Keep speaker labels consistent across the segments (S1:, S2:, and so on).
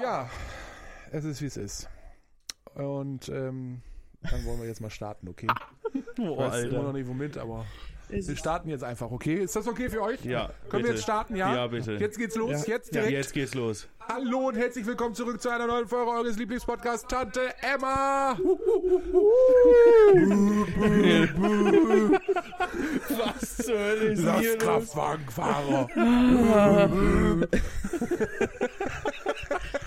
S1: Ja, es ist wie es ist. Und ähm, dann wollen wir jetzt mal starten, okay? Ich
S2: Boah,
S1: weiß immer noch
S2: Oh, Alter.
S1: nicht womit, aber
S3: Ist-
S1: wir starten jetzt einfach, okay? Ist das okay für euch?
S2: Ja,
S1: Können
S2: bitte.
S1: wir jetzt starten, ja?
S2: Ja, bitte.
S1: Jetzt geht's los, jetzt direkt.
S2: Jetzt geht's los.
S1: Hallo und herzlich willkommen zurück zu einer neuen Folge eures Lieblingspodcasts Tante Emma.
S2: Was zur Hölle ist
S1: Das Kraftwagenfahrer.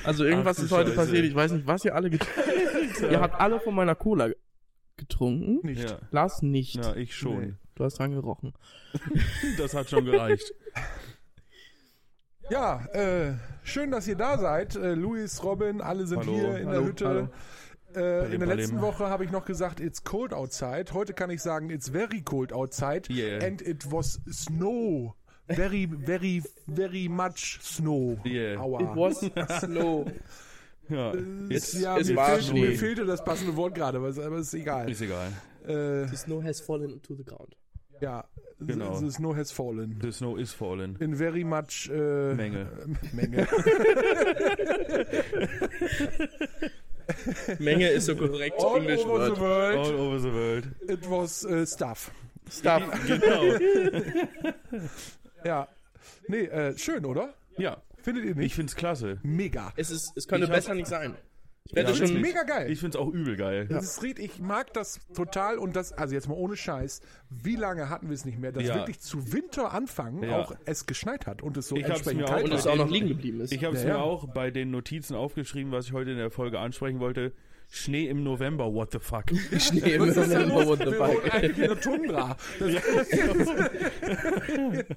S3: Also irgendwas
S2: Ach du
S3: ist heute
S2: Scheiße.
S3: passiert. Ich weiß nicht, was ihr alle getrunken habt. Ihr habt alle von meiner Cola ge- getrunken.
S1: Nicht.
S2: Ja.
S3: Lars nicht.
S2: Na, ich schon.
S3: Du hast dran gerochen.
S2: Das hat schon gereicht.
S1: Ja, äh, schön, dass ihr da seid. Äh, Luis, Robin, alle sind
S2: Hallo.
S1: hier in der
S3: Hallo,
S1: Hütte.
S3: hallo.
S1: Äh, in
S2: dem,
S1: der
S2: bei
S1: letzten
S2: dem.
S1: Woche habe ich noch gesagt, it's cold outside. Heute kann ich sagen, it's very cold outside.
S2: Yeah.
S1: And it was snow. Very, very, very much snow.
S2: Yeah.
S3: It
S1: Aua.
S3: was slow.
S2: Ja,
S1: Ist,
S2: jetzt
S1: ja,
S3: es
S1: mir,
S3: war
S1: fehlt, mir
S3: Schnee.
S1: fehlte das passende Wort gerade, aber, es- aber ist egal.
S2: ist egal.
S1: Äh,
S3: The snow has fallen to the ground.
S1: ja,
S2: Genau.
S1: the snow has fallen.
S2: The snow is fallen.
S1: In very much äh,
S2: Menge.
S1: Menge.
S3: Menge ist so korrekt
S2: Oh,
S1: All over the world,
S2: All over the world.
S1: it was äh, stuff.
S3: Stuff.
S2: Genau.
S1: Ja. Nee, äh, schön, oder?
S2: Ja,
S1: Findet ihr
S2: ich
S1: nicht? Äh,
S2: find's klasse.
S1: Mega.
S3: Es, ist, es könnte
S2: Ich hab-
S3: besser nicht sein. Ich wette
S2: Ja,
S1: Das ist
S3: schon,
S2: wirklich.
S1: mega geil.
S2: Ich find's auch übel geil.
S1: das ist, ried- ich mag das total und das, also jetzt mal ohne Scheiß, wie lange hatten wir es nicht mehr, dass
S2: Ja.
S1: wirklich zu Winteranfang
S2: Ja.
S1: auch es geschneit hat und es so
S2: Ich hab's
S1: entsprechend
S2: mir
S1: kalt
S3: und es
S1: war.
S2: auch-
S3: auch noch liegen geblieben ist.
S2: Ich habe es
S1: Ja, ja.
S2: mir auch bei den Notizen aufgeschrieben, was ich heute in der Folge ansprechen wollte. Schnee im November, what the fuck?
S3: Schnee im
S1: Was ist da
S3: November,
S1: los?
S3: what the
S1: Wir wohnen
S3: fuck.
S1: eigentlich in der Tundra. Das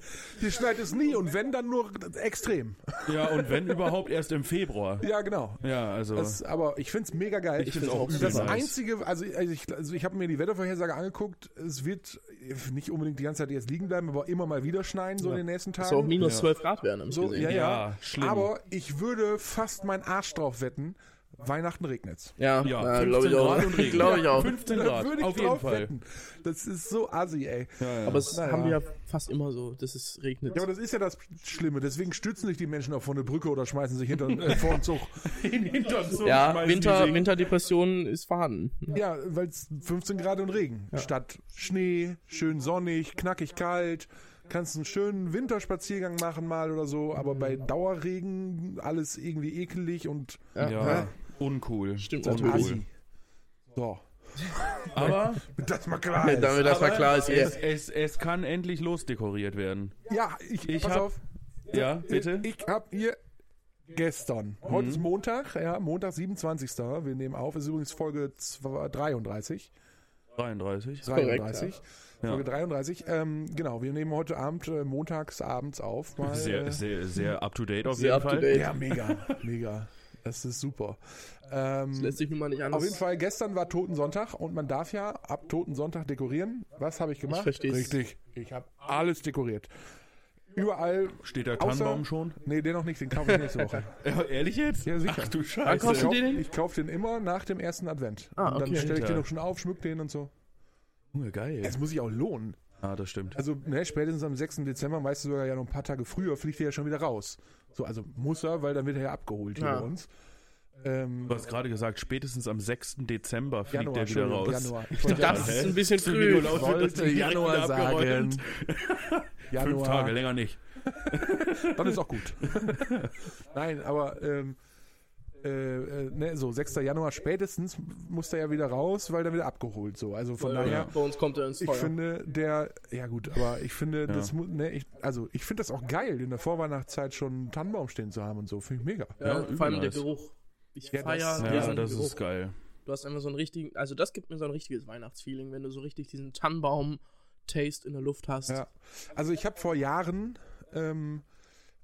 S1: Hier schneit es nie und wenn, dann nur extrem.
S2: ja, und wenn überhaupt erst im Februar.
S1: Ja, genau.
S2: Ja, also.
S1: Das, aber ich find's mega geil.
S2: Ich find's auch übel
S1: Das
S2: nice.
S1: einzige, also, also ich, also ich habe mir die Wettervorhersage angeguckt, es wird äh, nicht unbedingt die ganze Zeit jetzt liegen bleiben, aber immer mal wieder schneien, so in den nächsten Tagen.
S3: So minus 12 Grad werden, hab ich
S1: So, ja,
S3: gesehen.
S1: ja.
S2: Ja, schlimm.
S1: Aber ich würde fast meinen Arsch drauf wetten, Weihnachten regnet's.
S3: Ja,
S2: Ja,
S3: ja glaube ich
S2: 15 Grad
S3: auch.
S2: und Regen.
S3: Glaube ich auch.
S2: 15 Grad,
S1: würde ich
S2: auf jeden
S1: drauf
S2: Fall.
S1: wetten. Das ist so assi, ey. Ja,
S3: Aber es
S1: Naja.
S3: haben wir ja fast immer so, dass es regnet.
S1: aber das ist ja das Schlimme. Deswegen stützen sich die Menschen auch von der Brücke oder schmeißen sich hinter, äh, vor den Zug.
S2: Den Hintern so
S3: Ja,
S2: schmeißen die
S3: Winter,
S2: sich.
S3: Winterdepression ist vorhanden.
S1: Ja, weil es 15 Grad und Regen. Statt Schnee, schön sonnig, knackig kalt. Kannst einen schönen Winterspaziergang machen mal oder so. Aber bei
S2: Mhm.
S1: Dauerregen alles irgendwie ekelig und
S2: Ja,
S1: Ja.
S2: uncool.
S3: Stimmt
S2: uncool.
S3: natürlich.
S1: assi. So.
S2: Aber
S1: Das mal klar.
S3: Ja,
S1: Ist.
S3: damit das mal
S2: aber
S3: klar ist, eh-
S2: es,
S3: ihr,
S2: es, es kann endlich losdekoriert werden.
S1: Ja, ich,
S2: Ich
S1: pass
S2: hab-
S1: auf.
S2: Ja, bitte? Mhm.
S1: Ich hab hier gestern, heute ist Montag, ja, Montag 27. Wir nehmen auf, ist übrigens Folge 2 33.
S2: 33.
S1: 33.
S2: ja.
S1: Folge 33. Ähm, genau, wir nehmen heute Abend, äh, montags abends auf. Mal,
S2: Sehr,
S1: äh,
S2: sehr, sehr up to date auf
S3: Sehr
S2: jeden Fall.
S3: up-to-date.
S1: ja, mega, mega. Das ist super. Ähm,
S3: lässt sich nun mal nicht anders.
S1: auf jeden Fall, gestern war Totensonntag und man darf ja ab Totensonntag dekorieren. Was habe ich gemacht?
S3: versteh's.
S1: Richtig. Ich habe alles dekoriert. Überall.
S2: Steht der
S1: außer-
S2: Tannenbaum schon?
S1: Nee, den noch nicht, den kaufe ich nächste Woche.
S2: Ja, ehrlich jetzt?
S1: Ja, sicher.
S2: Ach du
S3: Wann
S2: Scheiße.
S3: kaufst du
S1: Ich
S3: den
S1: kauf-
S3: hin?
S1: Ich kaufe den immer nach dem ersten Advent.
S3: Ah,
S1: und dann
S3: okay.
S1: stelle ich den
S2: Alter.
S1: noch schon auf, schmück den und so.
S2: Junge, geil.
S1: Es muss sich auch lohnen.
S2: Ah, das stimmt.
S1: Also ne, spätestens am 6. Dezember, meistens sogar ja noch ein paar Tage früher, fliegt er ja schon wieder raus. So, also muss er, weil dann wird er ja abgeholt hier
S3: Ja.
S1: bei uns. Ähm,
S2: Du hast gerade gesagt, spätestens am 6. Dezember fliegt
S1: Januar,
S2: der wieder
S1: Entschuldigung,
S2: raus.
S1: Januar. Ich wollte
S3: Das
S1: Januar-
S3: ist ein bisschen
S2: Zu
S3: früh.
S2: Nikolaus wird das
S1: Wollte
S2: Ding direkt
S1: Januar
S2: wieder abgeräumt.
S1: sagen.
S2: Fünf
S1: Januar,
S2: Tage, länger nicht.
S1: dann ist auch gut. Nein, aber ähm, äh, äh, ne, so 6. Januar spätestens muss der ja wieder raus, weil dann wieder abgeholt. So, also von daher.
S3: Ja. Bei uns kommt er ins
S1: Ich
S3: Feuer.
S1: finde, der, ja gut, aber ich finde, das mu- ne, ich, also ich finde das auch geil, in der Vorweihnachtszeit schon einen Tannenbaum stehen zu haben und so, finde ich mega.
S3: ja,
S2: übel
S3: vor allem der
S2: nice.
S3: Geruch. Ich
S1: Ja,
S3: feier
S1: das-
S2: Ja,
S3: diesen
S2: das
S3: Geruch.
S2: ist geil.
S3: Du hast einfach so einen richtigen, also das gibt mir so ein richtiges Weihnachtsfeeling, wenn du so richtig diesen Tannenbaum-Taste in der Luft hast.
S1: Ja. Also ich habe vor Jahren ähm,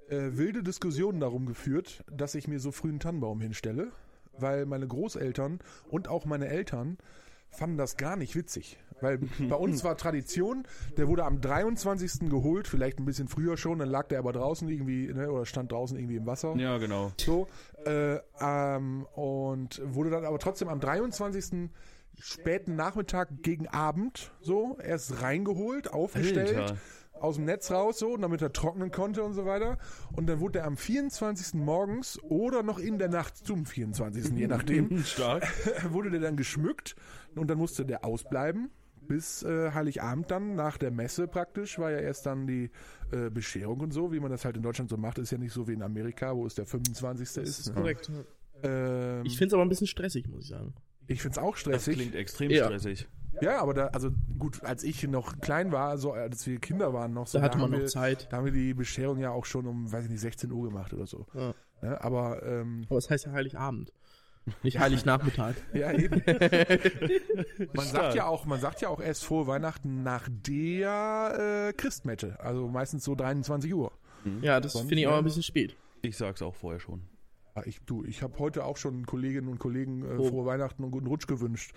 S1: äh, wilde Diskussionen darum geführt, dass ich mir so früh einen Tannenbaum hinstelle, weil meine Großeltern und auch meine Eltern fanden das gar nicht witzig. Weil bei uns war Tradition, der wurde am 23. geholt, vielleicht ein bisschen früher schon, dann lag der aber draußen irgendwie, ne, oder stand draußen irgendwie im Wasser.
S2: Ja, genau.
S1: So, äh, ähm, und wurde dann aber trotzdem am 23. späten Nachmittag gegen Abend so erst reingeholt, aufgestellt,
S2: Alter.
S1: aus dem Netz raus, so, damit er trocknen konnte und so weiter. Und dann wurde er am 24. morgens oder noch in der Nacht zum 24. je nachdem,
S2: Stark.
S1: wurde der dann geschmückt und dann musste der ausbleiben. Bis äh, Heiligabend dann, nach der Messe praktisch, war ja erst dann die äh, Bescherung und so, wie man das halt in Deutschland so macht, ist ja nicht so wie in Amerika, wo es der 25.
S3: Das
S1: ist.
S3: ist
S1: ne?
S3: korrekt.
S1: Ähm,
S3: Ich finde es aber ein bisschen stressig, muss ich sagen.
S1: ich find's auch
S2: Das
S1: stressig.
S2: klingt extrem
S3: Ja.
S2: stressig.
S1: Ja, aber da, also gut, als ich noch klein war, also als wir Kinder waren noch so,
S3: Da hatte man
S1: haben
S3: noch
S1: wir,
S3: Zeit.
S1: Da haben wir die Bescherung ja auch schon um, weiß ich nicht, 16 Uhr gemacht oder so.
S3: Ja.
S1: Ne? Aber, ähm,
S3: Aber es heißt ja Heiligabend. Nicht Heilignachmittag.
S1: ja, eben. man, sagt
S2: Stark.
S1: ja auch, man sagt ja auch erst frohe Weihnachten nach der äh, Christmette. Also meistens so 23 Uhr.
S3: ja, das finde ich auch ein bisschen spät.
S2: Ich sag's auch vorher schon.
S1: Ja, Ich, du, ich habe heute auch schon Kolleginnen und Kollegen äh,
S3: Oh.
S1: frohe Weihnachten und guten Rutsch gewünscht.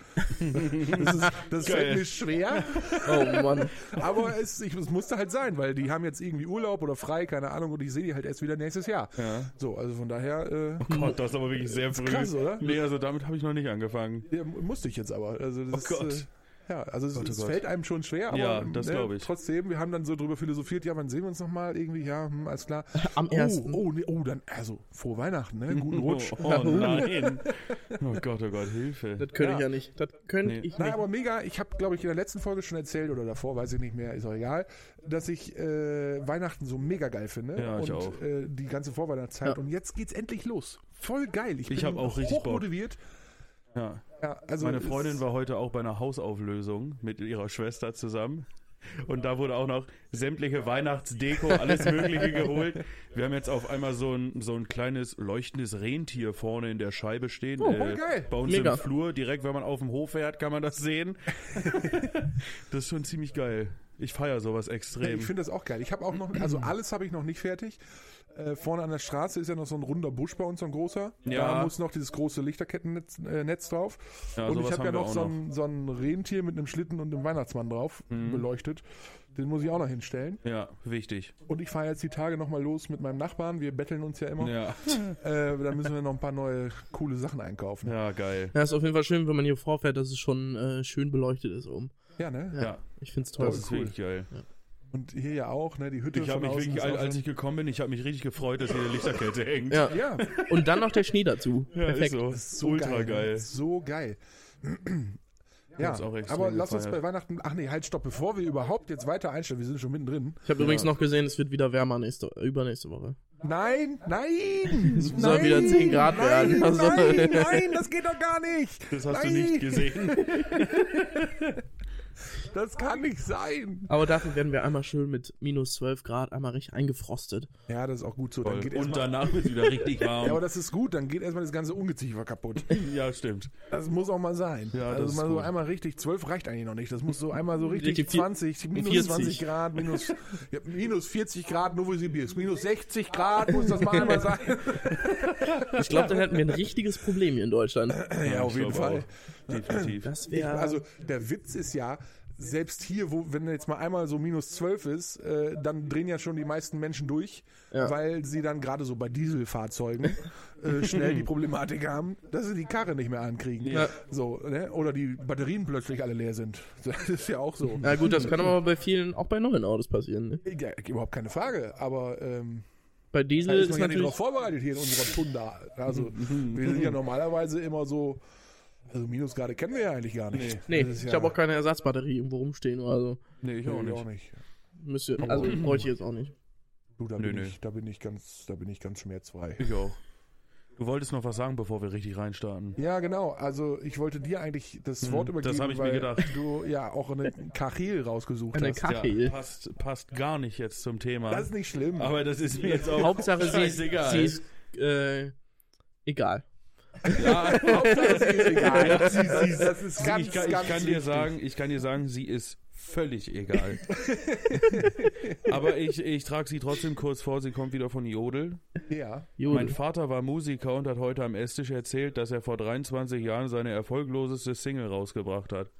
S1: das ist, das
S2: Geil.
S1: fällt mir schwer,
S3: Oh Mann.
S1: aber es, ich, es musste halt sein, weil die haben jetzt irgendwie Urlaub oder frei, keine Ahnung, und ich sehe die halt erst wieder nächstes Jahr.
S2: Ja.
S1: So, also von daher äh,
S2: Gott, das ist aber wirklich sehr früh.
S1: krass, oder?
S2: Nee, also damit habe ich noch nicht angefangen.
S1: ja, musste ich jetzt aber. Also das
S2: Oh
S1: ist,
S2: Gott.
S1: Äh, ja, also es,
S2: Gott, oh
S1: es
S2: Gott.
S1: fällt einem schon schwer, aber ähm, ne,
S2: Ja, das glaub ich.
S1: trotzdem, wir haben dann so drüber philosophiert, ja, wann sehen wir uns nochmal irgendwie, ja, hm, alles klar.
S3: Am
S1: oh,
S3: ersten.
S1: Oh, nee, oh, dann, also, frohe Weihnachten, ne? Guten Rutsch.
S2: Oh, oh nein. Oh Gott, oh Gott, Hilfe.
S3: Das könnte
S1: Ja.
S3: ich ja nicht. Das könnte
S2: Nee.
S3: ich nicht.
S1: Nein, aber mega, ich habe, glaube ich, in der letzten Folge schon erzählt oder davor, weiß ich nicht mehr, ist auch egal, dass ich äh, Weihnachten so mega geil finde.
S2: Ja,
S1: und
S2: ich auch.
S1: Äh, die ganze Vorweihnachtszeit.
S3: Ja.
S1: Und jetzt geht's endlich los. Voll geil. Ich,
S2: Ich
S1: bin
S2: hab auch richtig Bock.
S1: hochmotiviert.
S2: Ja.
S1: Ja, also
S2: Meine
S1: es-
S2: Freundin war heute auch bei einer Hausauflösung mit ihrer Schwester zusammen. Und da wurde auch noch sämtliche Weihnachtsdeko, alles Mögliche geholt. Wir haben jetzt auf einmal so ein, so ein kleines leuchtendes Rentier vorne in der Scheibe stehen. äh,
S1: Oh, voll geil.
S2: Bei uns
S3: Mega.
S2: im Flur, direkt wenn man auf dem Hof fährt, kann man das sehen. das ist schon ziemlich geil. Ich feiere sowas extrem.
S1: Ich finde das auch geil. Ich habe auch noch, also alles habe ich noch nicht fertig. Äh, vorne an der Straße ist ja noch so ein runder Busch bei uns, so ein großer.
S2: Ja.
S1: Da muss noch dieses große Lichterkettennetz äh, Netz drauf.
S2: Ja,
S1: und
S2: sowas
S1: ich habe ja
S2: haben wir
S1: noch
S2: auch
S1: so, ein, so ein Rentier mit einem Schlitten und einem Weihnachtsmann drauf,
S2: Mhm.
S1: beleuchtet. Den muss ich auch noch hinstellen.
S2: ja, wichtig.
S1: Und ich fahre jetzt die Tage nochmal los mit meinem Nachbarn. Wir betteln uns ja immer.
S2: Ja,
S1: Äh, da müssen wir noch ein paar neue coole Sachen einkaufen.
S2: ja geil.
S3: Ja, ist auf jeden Fall schön, wenn man hier vorfährt, dass es schon äh, schön beleuchtet ist oben.
S1: Ja, ne?
S3: Ja.
S2: Ja.
S3: Ich find's toll.
S2: Das ist
S1: cool.
S2: wirklich geil.
S1: Und hier ja auch, ne? Die Hütte
S2: Ich habe
S1: von
S2: mich
S1: außen
S2: wirklich,
S1: ist auch
S2: als, als
S1: schon-
S2: ich gekommen bin, ich habe mich richtig gefreut, dass hier eine Lichterkette hängt.
S3: Ja.
S1: Ja,
S3: Und dann noch der Schnee dazu.
S2: Ja,
S3: Perfekt.
S2: ist so. Ultra
S1: ne?
S2: geil.
S1: So geil. Ja,
S2: Hat's auch extrem
S1: aber lass uns
S2: gefeiert.
S1: bei Weihnachten. Ach nee, halt, stopp, bevor wir überhaupt jetzt weiter einstellen, wir sind schon mittendrin.
S3: Ich habe übrigens noch gesehen, es wird wieder wärmer nächste, übernächste Woche.
S1: Nein, nein! Es
S3: soll wieder 10 Grad
S1: nein,
S3: werden.
S1: Nein,
S3: Also-
S1: nein, das geht doch gar nicht!
S2: Das hast
S1: nein,
S2: du nicht gesehen.
S1: Das kann nicht sein!
S3: Aber dafür werden wir einmal schön mit minus 12 Grad einmal richtig eingefrostet.
S1: Ja, das ist auch gut so. Dann geht
S2: Und
S1: erstmal,
S2: danach wird wieder richtig
S1: ja, aber
S2: warm.
S1: das ist gut, dann geht erstmal das ganze Ungeziefer kaputt.
S2: Ja, stimmt.
S1: Das muss auch mal sein.
S2: Ja, das
S1: also
S2: ist
S1: mal so
S2: gut.
S1: einmal richtig, 12 reicht eigentlich noch nicht. Das muss so einmal so richtig,
S3: Richtig vier-
S1: 20, minus
S3: 40.
S1: 20 Grad, minus, ja, minus 40 Grad Novosibirsk, minus 60 Grad muss das mal einmal sein.
S3: Ich glaube, dann hätten wir ein richtiges Problem hier in Deutschland.
S1: Ja, auf
S2: ich
S1: jeden
S2: glaub
S1: Fall.
S2: Auch. Definitiv.
S3: Das wäre.
S1: Also der Witz ist ja, selbst hier, wo, wenn jetzt mal einmal so minus 12 ist, äh, dann drehen ja schon die meisten Menschen durch,
S3: Ja.
S1: weil sie dann gerade so bei Dieselfahrzeugen äh, schnell die Problematik haben, dass sie die Karre nicht mehr ankriegen.
S3: Ja.
S1: So, ne? Oder die Batterien plötzlich alle leer sind. Das ist ja auch so.
S3: na gut, das kann aber bei vielen, auch bei neuen Autos passieren. Ne?
S1: Ja, überhaupt keine Frage, aber ähm,
S3: Bei
S1: da
S3: Diesel
S1: ist
S3: ist
S1: man ja nicht
S3: natürlich.
S1: drauf vorbereitet hier in unserer Punda. Also wir sind ja normalerweise immer so, also Minusgrade kennen wir ja eigentlich gar nicht.
S3: nee,
S1: Das ist
S3: ich
S1: ja-
S3: habe auch keine Ersatzbatterie irgendwo rumstehen oder so.
S2: Nee, ich auch
S1: Nee,
S2: nicht.
S3: Müsste, also bräuchte ich jetzt auch nicht.
S1: Du, da,
S2: Nö,
S1: bin
S2: nö.
S1: ich, da bin ich ganz, da bin ich ganz schmerzfrei.
S2: Ich auch. Du wolltest noch was sagen, bevor wir richtig reinstarten.
S1: Ja, genau. Also ich wollte dir eigentlich das Wort übergeben,
S2: das hab ich mir
S1: weil
S2: gedacht.
S1: du ja auch eine Kachel rausgesucht
S3: Eine
S1: hast.
S3: Kachel.
S2: passt, passt gar nicht jetzt zum Thema.
S1: das ist nicht schlimm.
S2: aber das ist mir jetzt auch
S3: Hauptsache, sie ist,
S2: scheißegal.
S3: sie ist äh, egal.
S2: ja,
S1: das ist egal.
S2: Ja,
S1: das
S2: sie- sie-
S1: ist, das ist ganz,
S2: ich kann,
S1: ganz
S2: ich kann dir
S1: wichtig.
S2: sagen, ich kann dir sagen, sie ist völlig egal. Aber ich, ich trage sie trotzdem kurz vor, sie kommt wieder von Jodel.
S1: Ja.
S2: Mein
S3: Jodel.
S2: Vater war Musiker und hat heute am Esstisch erzählt, dass er vor 23 Jahren seine erfolgloseste Single rausgebracht hat.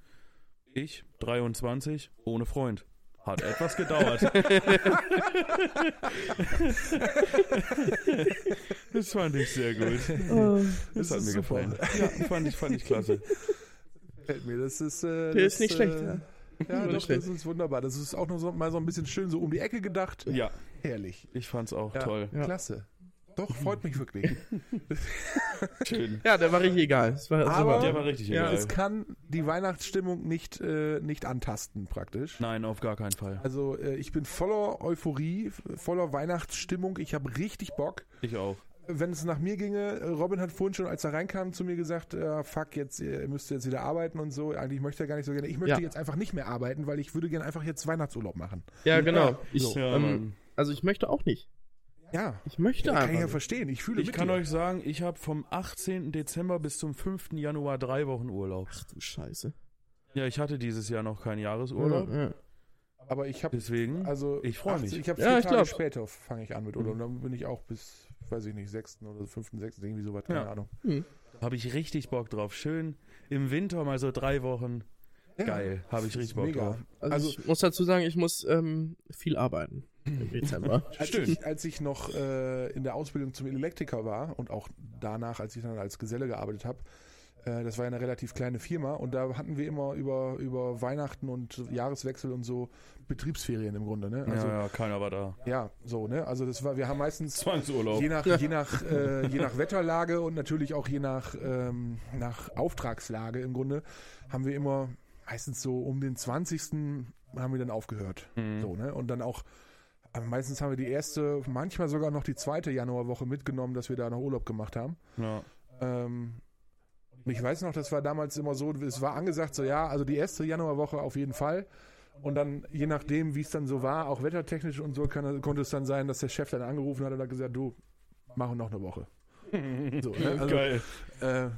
S2: Ich, 23, ohne Freund. Hat etwas gedauert. das fand ich sehr gut.
S3: Oh.
S2: Das, hat
S1: ist
S2: mir
S1: super.
S2: gefallen. Ja, fand ich, fand ich klasse.
S1: Gefällt mir. Das ist, äh,
S3: Der
S1: das,
S3: ist nicht
S1: äh,
S3: schlecht, ja.
S1: Ja,
S3: Ohne
S1: doch,
S3: Scheiß.
S1: das ist wunderbar. Das ist auch noch so, mal so ein bisschen schön so um die Ecke gedacht.
S2: Ja,
S1: Herrlich.
S2: ich fand's auch
S1: Ja,
S2: toll.
S3: Ja.
S1: Klasse. Doch, freut mich wirklich.
S2: Schön.
S3: Ja, der war richtig egal. Das war
S1: Aber-
S2: Der
S3: super.
S2: war richtig
S3: Ja,
S2: egal.
S1: Es kann die Weihnachtsstimmung nicht, äh, nicht antasten, praktisch.
S2: Nein, auf gar keinen Fall.
S1: Also, äh, ich bin voller Euphorie, voller Weihnachtsstimmung. Ich habe richtig Bock.
S2: Ich auch.
S1: Wenn es nach mir ginge, Robin hat vorhin schon, als er reinkam, zu mir gesagt, äh, fuck, jetzt ihr müsst jetzt wieder arbeiten und so. Eigentlich möchte er gar nicht so gerne. Ich möchte
S3: Ja.
S1: jetzt einfach nicht mehr arbeiten, weil ich würde gerne einfach jetzt Weihnachtsurlaub machen.
S3: Ja, genau. Ich,
S2: Ja,
S3: ähm,
S2: Mann.
S3: also ich möchte auch nicht.
S1: Ja,
S3: Ich möchte
S1: kann ich ja
S3: einfach. nicht.
S1: verstehen. Ich fühle
S2: ich
S1: mit
S2: kann
S1: dir.
S2: euch sagen, ich habe vom 18. Dezember bis zum 5. Januar drei Wochen Urlaub.
S3: Ach du Scheiße.
S2: Ja, ich hatte dieses Jahr noch keinen Jahresurlaub.
S3: Ja, ja.
S1: Aber ich habe
S2: Deswegen.
S1: Also
S2: Ich freu
S1: 80
S2: mich.
S1: Ich habe
S3: Ja,
S1: vier
S3: ich
S1: Tage
S3: glaub.
S1: später fange ich an mit Urlaub. Und dann bin ich auch bis, weiß ich nicht, 6. oder 5., 6. irgendwie so weit, keine
S2: Ja.
S1: Ahnung.
S2: Habe ich richtig Bock drauf. Schön. Im Winter mal so drei Wochen.
S1: Ja,
S2: Geil. Habe ich richtig Bock
S1: Mega.
S2: drauf.
S3: Also,
S1: Also-
S3: ich muss dazu sagen, ich muss ähm, viel arbeiten im Dezember.
S1: Als ich, als ich noch äh, in der Ausbildung zum Elektriker war und auch danach, als ich dann als Geselle gearbeitet habe, äh, das war ja eine relativ kleine Firma und da hatten wir immer über, über Weihnachten und Jahreswechsel und so Betriebsferien im Grunde. Ne? Also, ja.
S2: ja, ja, keiner war da.
S1: so, ne? Also das war, wir haben meistens
S2: Zwangsurlaub.
S1: Je nach, je nach, äh, je nach Wetterlage und natürlich auch je nach, ähm, nach Auftragslage im Grunde haben wir immer meistens so um den 20. haben wir dann aufgehört.
S2: Hm.
S1: So, ne? Und dann auch, äh, meistens haben wir die erste, manchmal sogar noch die zweite Januarwoche mitgenommen, dass wir da noch Urlaub gemacht haben.
S2: Ja.
S1: Ähm, und ich weiß noch, das war damals immer so, es war angesagt, so ja, also die erste Januarwoche auf jeden Fall. Und dann, je nachdem, wie es dann so war, auch wettertechnisch und so, kann, konnte es dann sein, dass der Chef dann angerufen hat und hat gesagt, du, machen noch eine Woche. So, ne? also,
S2: geil.
S1: Äh,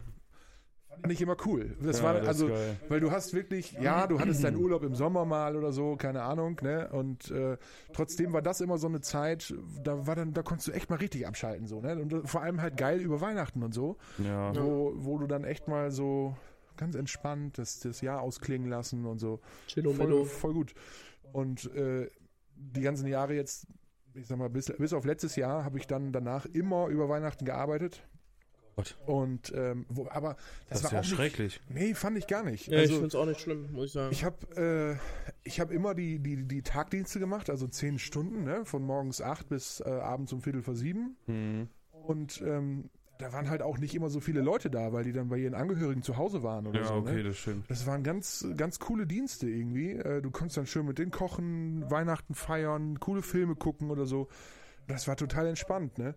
S1: fand ich immer cool. Das
S2: Ja,
S1: war
S2: das ist
S1: also,
S2: geil.
S1: weil du hast wirklich, ja, du hattest deinen Urlaub im Sommer mal oder so, keine Ahnung, ne? Und äh, trotzdem war das immer so eine Zeit, da war dann, da konntest du echt mal richtig abschalten, so, ne? Und vor allem halt geil über Weihnachten und so
S2: Ja.
S1: wo, wo du dann echt mal so ganz entspannt das, das Jahr ausklingen lassen und so.
S3: Chillo,
S1: Voll,
S3: mello.
S1: voll gut. Und äh, die ganzen Jahre jetzt, ich sag mal, bis, bis auf letztes Jahr habe ich dann danach immer über Weihnachten gearbeitet.
S2: Gott.
S1: Und ähm, wo, aber das,
S2: Das ist
S1: war
S2: ja
S1: auch nicht,
S2: schrecklich.
S1: Nee, fand ich gar nicht.
S3: Ja, ich
S1: also
S3: finde es auch nicht schlimm, muss ich sagen.
S1: ich habe äh, ich habe immer die, die, die Tagdienste gemacht, also zehn Stunden, ne? von morgens acht bis äh, abends um Viertel vor sieben.
S2: Mhm.
S1: Und ähm, da waren halt auch nicht immer so viele Leute da, weil die dann bei ihren Angehörigen zu Hause waren oder
S2: Ja,
S1: so.
S2: okay,
S1: Ne?
S2: das stimmt.
S1: Das waren ganz, ganz coole Dienste irgendwie. Äh, Du konntest dann schön mit denen kochen, Weihnachten feiern, coole Filme gucken oder so. Das war total entspannt, ne?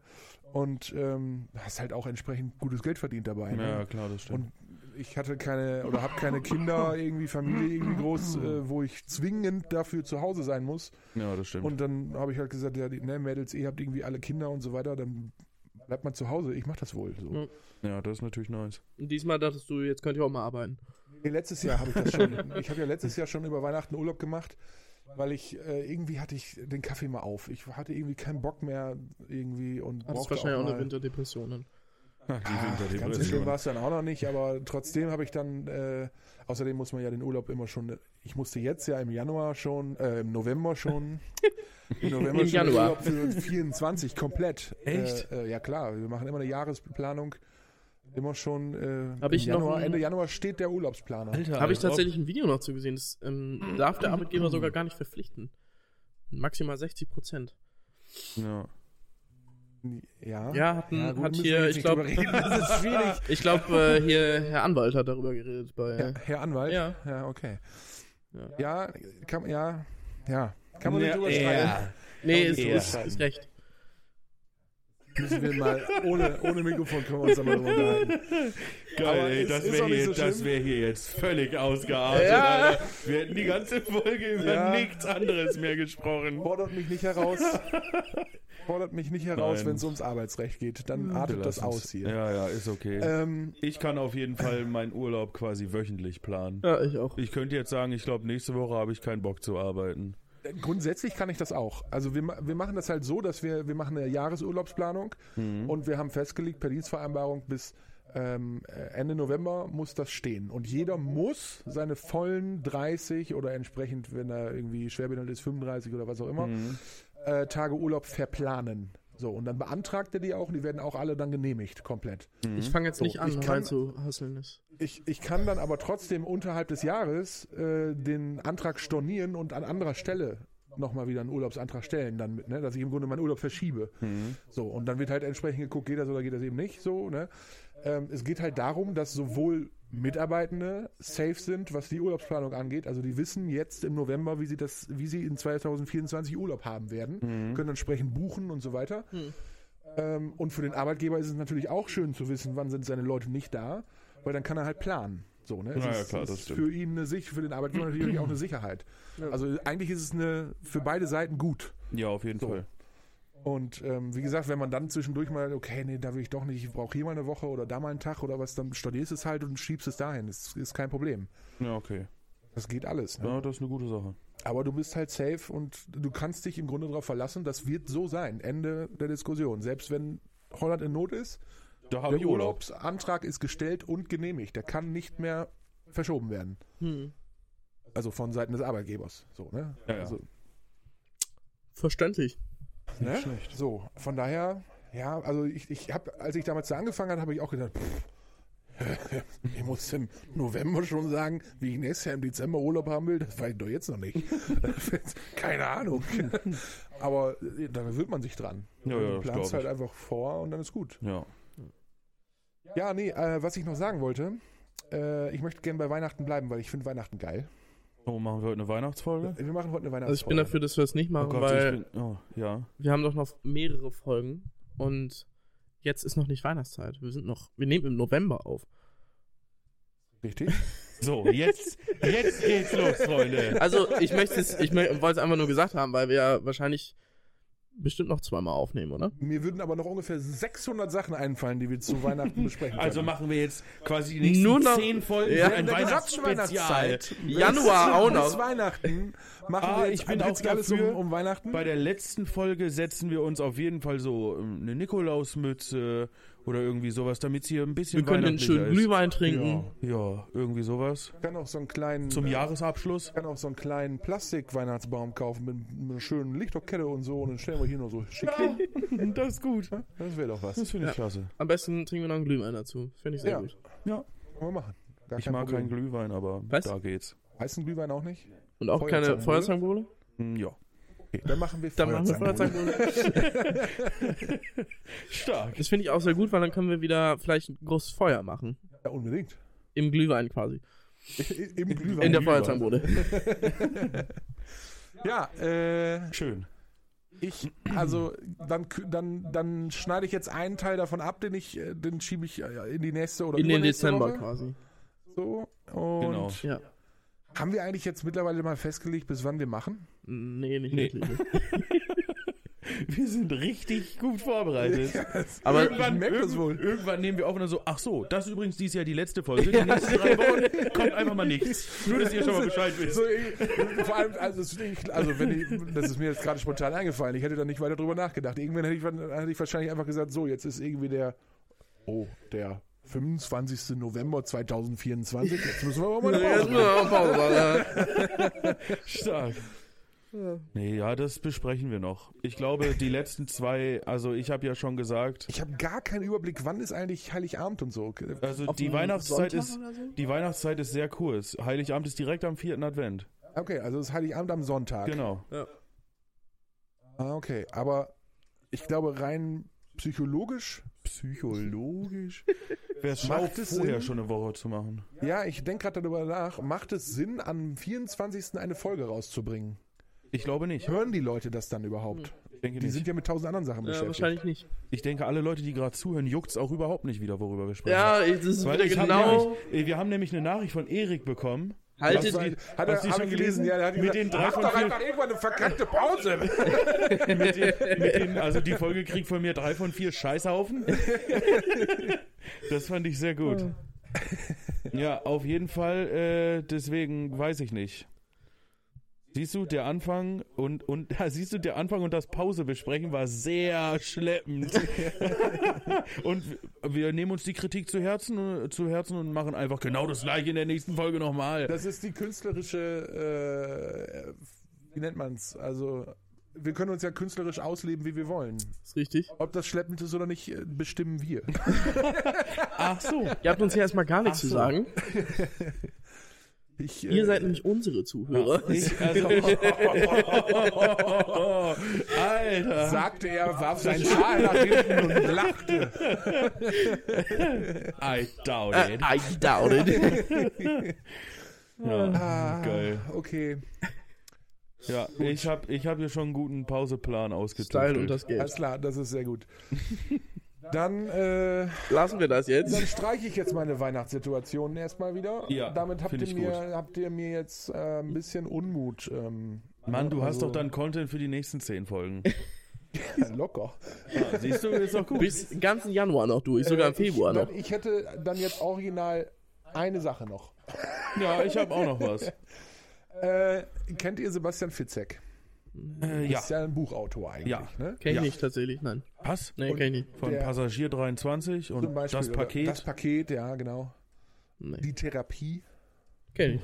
S1: Und ähm, hast halt auch entsprechend gutes Geld verdient dabei. Ne?
S2: Ja, klar, das stimmt.
S1: Und ich hatte keine oder habe keine Kinder, irgendwie Familie irgendwie groß, äh, wo ich zwingend dafür zu Hause sein muss.
S2: ja, das stimmt.
S1: Und dann habe ich halt gesagt, ja, die- ne, Mädels, ihr habt irgendwie alle Kinder und so weiter, dann bleibt man zu Hause, ich mach das wohl. So.
S3: Ja.
S2: ja, das ist natürlich nice.
S3: Und diesmal dachtest du, jetzt könnt ihr auch mal arbeiten.
S1: Nee, letztes Jahr habe ich das schon. ich habe ja letztes Jahr schon über Weihnachten Urlaub gemacht, weil ich äh, irgendwie hatte ich den Kaffee mal auf. Ich hatte irgendwie keinen Bock mehr irgendwie und
S3: Hattest
S1: brauchte
S3: wahrscheinlich auch, eine
S1: mal-
S3: Winterdepression. dann.
S1: Ah,
S2: Ach, die
S1: Ach, ganz so schlimm war es dann auch noch nicht, aber trotzdem habe ich dann, äh, außerdem muss man ja den Urlaub immer schon, ich musste jetzt ja im Januar schon, äh, im November schon, im November
S3: Im
S1: schon den
S3: Januar.
S1: Urlaub für 24 komplett.
S2: Echt?
S1: Äh, äh, ja klar, wir machen immer eine Jahresplanung, immer schon äh,
S3: Hab
S1: im
S3: ich noch
S1: Januar,
S3: ein-
S1: Ende Januar steht der Urlaubsplaner.
S2: Alter,
S3: Habe ich
S2: als ob-
S3: tatsächlich ein Video noch zu gesehen. Das ähm, darf der Arbeitgeber sogar gar nicht verpflichten. Maximal 60 Prozent.
S2: Ja.
S1: Ja,
S3: Ja, hatten,
S1: Ja, gut,
S3: hat
S1: müssen wir
S3: hier,
S1: jetzt
S3: ich
S1: nicht
S3: glaube,
S1: drüber reden, das ist schwierig.
S3: ich glaube, äh, hier Herr Anwalt hat darüber geredet bei.
S1: Herr, Herr Anwalt?
S3: Ja.
S1: Ja, okay.
S3: Ja.
S1: Ja, kann, ja, ja. Kann man nicht
S2: Ja,
S1: drüber streiten.
S3: Nee, ist,
S2: Ja.
S3: ist, ist recht.
S1: Müssen wir mal, ohne, ohne Mikrofon können wir uns da mal drüber unterhalten.
S2: Geil,
S1: Aber
S2: ey,
S1: es
S2: das
S1: ist
S2: wäre
S1: auch nicht
S2: hier,
S1: so
S2: das
S1: schlimm.
S2: wär hier jetzt völlig ausgeartet,
S3: Ja.
S2: Alter. Wir hätten die ganze Folge über
S1: Ja.
S2: nichts anderes mehr gesprochen.
S1: Fordert mich nicht heraus. Fordert mich nicht heraus,
S2: Nein.
S1: wenn es ums Arbeitsrecht geht. Dann artet das aus hier.
S2: Ja, ja, ist okay.
S1: Ähm,
S2: Ich kann auf jeden Fall meinen Urlaub quasi wöchentlich planen.
S3: Ja, ich auch.
S2: Ich könnte jetzt sagen, ich glaube, nächste Woche habe ich keinen Bock zu arbeiten.
S1: grundsätzlich kann ich das auch. Also wir, ma- wir machen das halt so, dass wir, wir machen eine Jahresurlaubsplanung und wir haben festgelegt per Dienstvereinbarung bis ähm, äh, Ende November muss das stehen. Und jeder muss seine vollen 30 oder entsprechend, wenn er irgendwie schwerbehindert ist, 35 oder was auch immer, äh, Tage Urlaub verplanen. So, und dann beantragt er die auch und die werden auch alle dann genehmigt, komplett.
S2: Mhm.
S3: Ich fange jetzt
S1: So,
S3: nicht an,
S1: ich kann-
S3: weil zu hasseln ist.
S1: Ich, ich kann dann aber trotzdem unterhalb des Jahres äh, den Antrag stornieren und an anderer Stelle nochmal wieder einen Urlaubsantrag stellen, dann mit, ne? dass ich im Grunde meinen Urlaub verschiebe. So, und dann wird halt entsprechend geguckt, geht das oder geht das eben nicht. So, ne? ähm, es geht halt darum, dass sowohl Mitarbeitende safe sind, was die Urlaubsplanung angeht. Also die wissen jetzt im November, wie sie das, wie sie in 2024 Urlaub haben werden,
S2: Mhm.
S1: können entsprechend buchen und so weiter. Ähm, und für den Arbeitgeber ist es natürlich auch schön zu wissen, wann sind seine Leute nicht da, weil dann kann er halt planen. So, ne? Es
S2: Ja, ja,
S1: ist,
S2: klar, das
S1: ist
S2: stimmt.
S1: für ihn eine Sicht, für den Arbeitgeber natürlich auch eine Sicherheit. Also eigentlich ist es eine für beide Seiten gut.
S2: Ja, auf jeden
S1: So.
S2: Fall.
S1: Und ähm, wie gesagt, wenn man dann zwischendurch mal, okay, nee, da will ich doch nicht, ich brauche hier mal eine Woche oder da mal einen Tag oder was, dann studierst du es halt und schiebst es dahin. Das ist kein Problem.
S2: Ja, okay.
S1: Das geht alles. Ne?
S2: Ja, das ist eine gute Sache.
S1: Aber du bist halt safe und du kannst dich im Grunde darauf verlassen, das wird so sein. Ende der Diskussion. Selbst wenn Holland in Not ist,
S2: Da habe
S1: der
S2: ich Urlaub.
S1: Urlaubsantrag ist gestellt und genehmigt. Der kann nicht mehr verschoben werden.
S3: Hm.
S1: Also von Seiten des Arbeitgebers. So, ne?
S2: Ja, ja.
S1: Also,
S3: Verständlich.
S1: ne?
S2: schlecht.
S1: So, von daher, ja, also ich, ich habe, als ich damals da angefangen habe, habe ich auch gedacht, pff, ich muss im November schon sagen, wie ich nächstes Jahr im Dezember Urlaub haben will, das weiß ich doch jetzt noch nicht. Keine Ahnung. Aber äh, da gewöhnt man sich dran.
S2: Ja, ja,
S1: du
S2: das glaub
S1: planst
S2: ich.
S1: halt einfach vor und dann ist gut.
S2: Ja.
S1: Ja, nee, äh, was ich noch sagen wollte, äh, ich möchte gerne bei Weihnachten bleiben, weil ich finde Weihnachten geil.
S2: Oh, machen wir heute eine Weihnachtsfolge?
S1: Wir machen heute eine Weihnachtsfolge.
S3: Also ich bin dafür, dass wir es nicht
S2: Oh
S3: machen,
S2: Gott,
S3: weil
S2: ich bin. Oh, ja.
S3: wir haben doch noch mehrere Folgen und jetzt ist noch nicht Weihnachtszeit. Wir sind noch, wir nehmen im November auf.
S1: Richtig?
S2: So, jetzt, jetzt geht's los, Freunde.
S3: Also ich möchte es, ich mö- wollte es einfach nur gesagt haben, weil wir ja wahrscheinlich bestimmt noch zweimal aufnehmen, oder?
S1: Mir würden aber noch ungefähr 600 Sachen einfallen, die wir zu Weihnachten besprechen können.
S2: Also machen wir jetzt quasi die nächsten
S3: Nur noch-
S2: zehn Folgen
S3: Ja.
S2: für ein
S1: In der gesamten
S2: Weihnachtsspezial.
S1: Weihnachtszeit.
S3: Januar auch
S1: Bis
S3: noch.
S1: Weihnachten machen
S2: Ah,
S1: wir jetzt
S2: ich bin
S1: ein
S2: auch
S1: Pitzgales
S2: dafür.
S1: um, um Weihnachten.
S2: Bei der letzten Folge setzen wir uns auf jeden Fall so ähm, eine Nikolausmütze oder irgendwie sowas, damit es hier ein bisschen
S3: Wir können einen
S2: weihnachtlicher
S3: schönen Glühwein trinken.
S2: ist. Ja, irgendwie sowas.
S1: kann auch so einen kleinen
S2: Zum Jahresabschluss.
S1: kann auch so einen kleinen Plastik-Weihnachtsbaum kaufen mit, mit einer schönen Lichterkette und so und dann stellen wir hier nur so schick hin.
S2: das ist gut.
S1: Das wäre doch was.
S2: Das finde ich
S3: Ja.
S2: klasse.
S3: Am besten trinken wir noch einen Glühwein dazu. Finde ich sehr
S1: Ja.
S3: gut.
S2: Ja,
S1: Können wir machen. Gar
S2: ich mag keinen
S1: Problem.
S2: Glühwein, aber
S3: Was?
S2: da geht's.
S1: Heißen Glühwein auch nicht?
S3: Und auch keine
S1: Feuerzangenbowle?
S3: Feuerzangenbowle?
S2: Hm, Ja.
S1: Dann machen wir
S3: Dann machen wir
S1: Feuerzangenbowle.
S3: Feuerzangenbowle.
S2: Stark.
S3: Das finde ich auch sehr gut, weil dann können wir wieder vielleicht ein großes Feuer machen.
S1: Ja, unbedingt.
S3: Im Glühwein quasi.
S1: Im Glühwein.
S3: In der
S2: Glühwein.
S3: Feuerzangenbowle.
S1: ja, äh,
S2: Schön.
S1: Ich, also, dann, kü- dann, dann schneide ich jetzt einen Teil davon ab, den ich, äh, den schiebe ich äh, in die nächste oder
S3: In den
S1: übernächste
S3: Dezember
S1: Woche.
S3: quasi.
S1: So. Und
S2: Genau.
S3: Ja.
S1: haben wir eigentlich jetzt mittlerweile mal festgelegt, bis wann wir machen?
S3: Nee, nicht
S2: Nee.
S3: wirklich.
S2: Wir sind richtig gut vorbereitet.
S3: Aber
S2: irgendwann,
S1: Ich merk das
S2: irgend-
S1: wohl.
S2: irgendwann nehmen wir auf und dann so, ach so, das ist übrigens dieses Jahr die letzte Folge. Die nächsten drei Wochen kommt einfach mal nichts. genau. Nur, dass ihr schon mal Bescheid wisst.
S1: So, ich, vor allem, also, es- ich, also wenn ich, das ist mir jetzt gerade spontan eingefallen. Ich hätte da nicht weiter drüber nachgedacht. Irgendwann hätte ich, hätte ich wahrscheinlich einfach gesagt, so, jetzt ist irgendwie der, oh, der 25. November 2024. Jetzt müssen wir aber mal eine Pause
S3: Jetzt müssen wir mal Pause machen.
S2: Stark. Nee, ja, das besprechen wir noch. Ich glaube, die letzten zwei, also ich habe ja schon gesagt,
S1: Ich habe gar keinen Überblick, wann ist eigentlich Heiligabend und so.
S2: also
S3: Auf
S2: die
S3: einen
S2: Weihnachtszeit
S3: Sonntag
S2: ist
S3: oder so?
S2: die Weihnachtszeit ist sehr kurz. Heiligabend ist direkt am vierten Advent.
S1: Okay, also es ist Heiligabend am Sonntag.
S2: Genau.
S1: Ah, okay, aber ich glaube rein psychologisch,
S2: Psychologisch. Wer es
S1: Macht
S2: schafft,
S1: es
S2: vorher
S1: Sinn?
S2: schon eine Woche zu machen.
S1: ja, ich denke gerade darüber nach, macht es Sinn, am 24. eine Folge rauszubringen?
S2: Ich glaube nicht.
S1: Hören die Leute das dann überhaupt?
S2: Ich denke,
S1: Die sind
S2: nicht.
S1: ja mit tausend anderen Sachen
S3: Ja,
S1: beschäftigt.
S3: wahrscheinlich nicht.
S2: Ich denke alle Leute, die gerade zuhören, juckt's auch überhaupt nicht wieder, worüber wir sprechen.
S3: Ja, ich- das ist
S2: Weil
S3: wieder
S2: ich hab
S3: genau.
S2: nämlich- äh, wir haben nämlich eine Nachricht von Erik bekommen.
S3: Haltet
S1: Das war-
S3: die.
S1: hat er,
S2: hast du die
S1: hab
S2: schon
S1: ich gelesen?
S2: gelesen?
S1: Ja, der hat
S2: Mit
S1: gesagt,
S2: den drei
S1: mach
S2: von
S1: doch
S2: vier-
S1: einfach irgendwann eine verkackte Pause.
S2: mit den, mit den, also die Folge kriegt von mir drei von vier Scheißhaufen. Das fand ich sehr gut. Ja, auf jeden Fall, äh, deswegen weiß ich nicht. Siehst du, der Anfang und, und ja, siehst du, der Anfang und das Pause besprechen war sehr schleppend. und wir nehmen uns die Kritik zu Herzen, äh, zu Herzen und machen einfach genau das gleiche in der nächsten Folge nochmal.
S1: Das ist die künstlerische, äh, wie nennt man's? Also wir können uns ja künstlerisch ausleben, wie wir wollen.
S3: Ist richtig.
S1: Ob das schleppend ist oder nicht, äh, bestimmen wir.
S2: Ach so.
S3: Ihr habt uns hier erstmal gar nichts zu sagen.
S1: Ich, äh,
S3: Ihr seid nämlich unsere Zuhörer.
S2: Ich, also, Alter.
S1: sagte er, warf seinen Schal nach hinten und lachte.
S2: I doubt
S3: Äh,
S2: it.
S3: I doubt it.
S2: Ja, geil.
S1: Ah, Okay,
S2: Ja, ich habe ich hab hier schon einen guten Pauseplan
S3: Style und
S2: ausgetüftelt.
S3: das Geld.
S1: alles klar, das ist sehr gut. Dann, äh,
S3: Lassen wir das jetzt.
S1: dann streiche ich jetzt meine Weihnachtssituationen erstmal wieder.
S2: Ja,
S1: Damit habt
S2: find
S1: ihr,
S2: ich
S1: mir, habt ihr mir jetzt äh, ein bisschen Unmut. Ähm,
S2: Mann, du hast
S1: also-
S2: doch dann Content für die nächsten zehn Folgen.
S1: locker.
S2: Ja, siehst du, ist doch gut.
S3: Bis den ganzen Januar noch durch, sogar im
S1: Äh, ich-
S3: Februar noch.
S1: dann- Ich hätte dann jetzt original eine Sache noch.
S2: Ja, ich habe auch noch was.
S1: Äh, kennt ihr Sebastian Fitzek?
S2: Äh, ja.
S1: Ist ja ein Buchautor eigentlich.
S2: Ja.
S1: Ne?
S3: Kenn ich
S2: Ja.
S3: nicht tatsächlich, nein.
S2: Was?
S3: Nee, kenn ich nicht.
S2: Von
S1: Der-
S2: Passagier 23 und
S1: Zum Beispiel,
S2: das
S1: oder
S2: Paket.
S1: Das Paket, ja, genau.
S3: Nee,
S1: Die Therapie.
S3: kenn ich.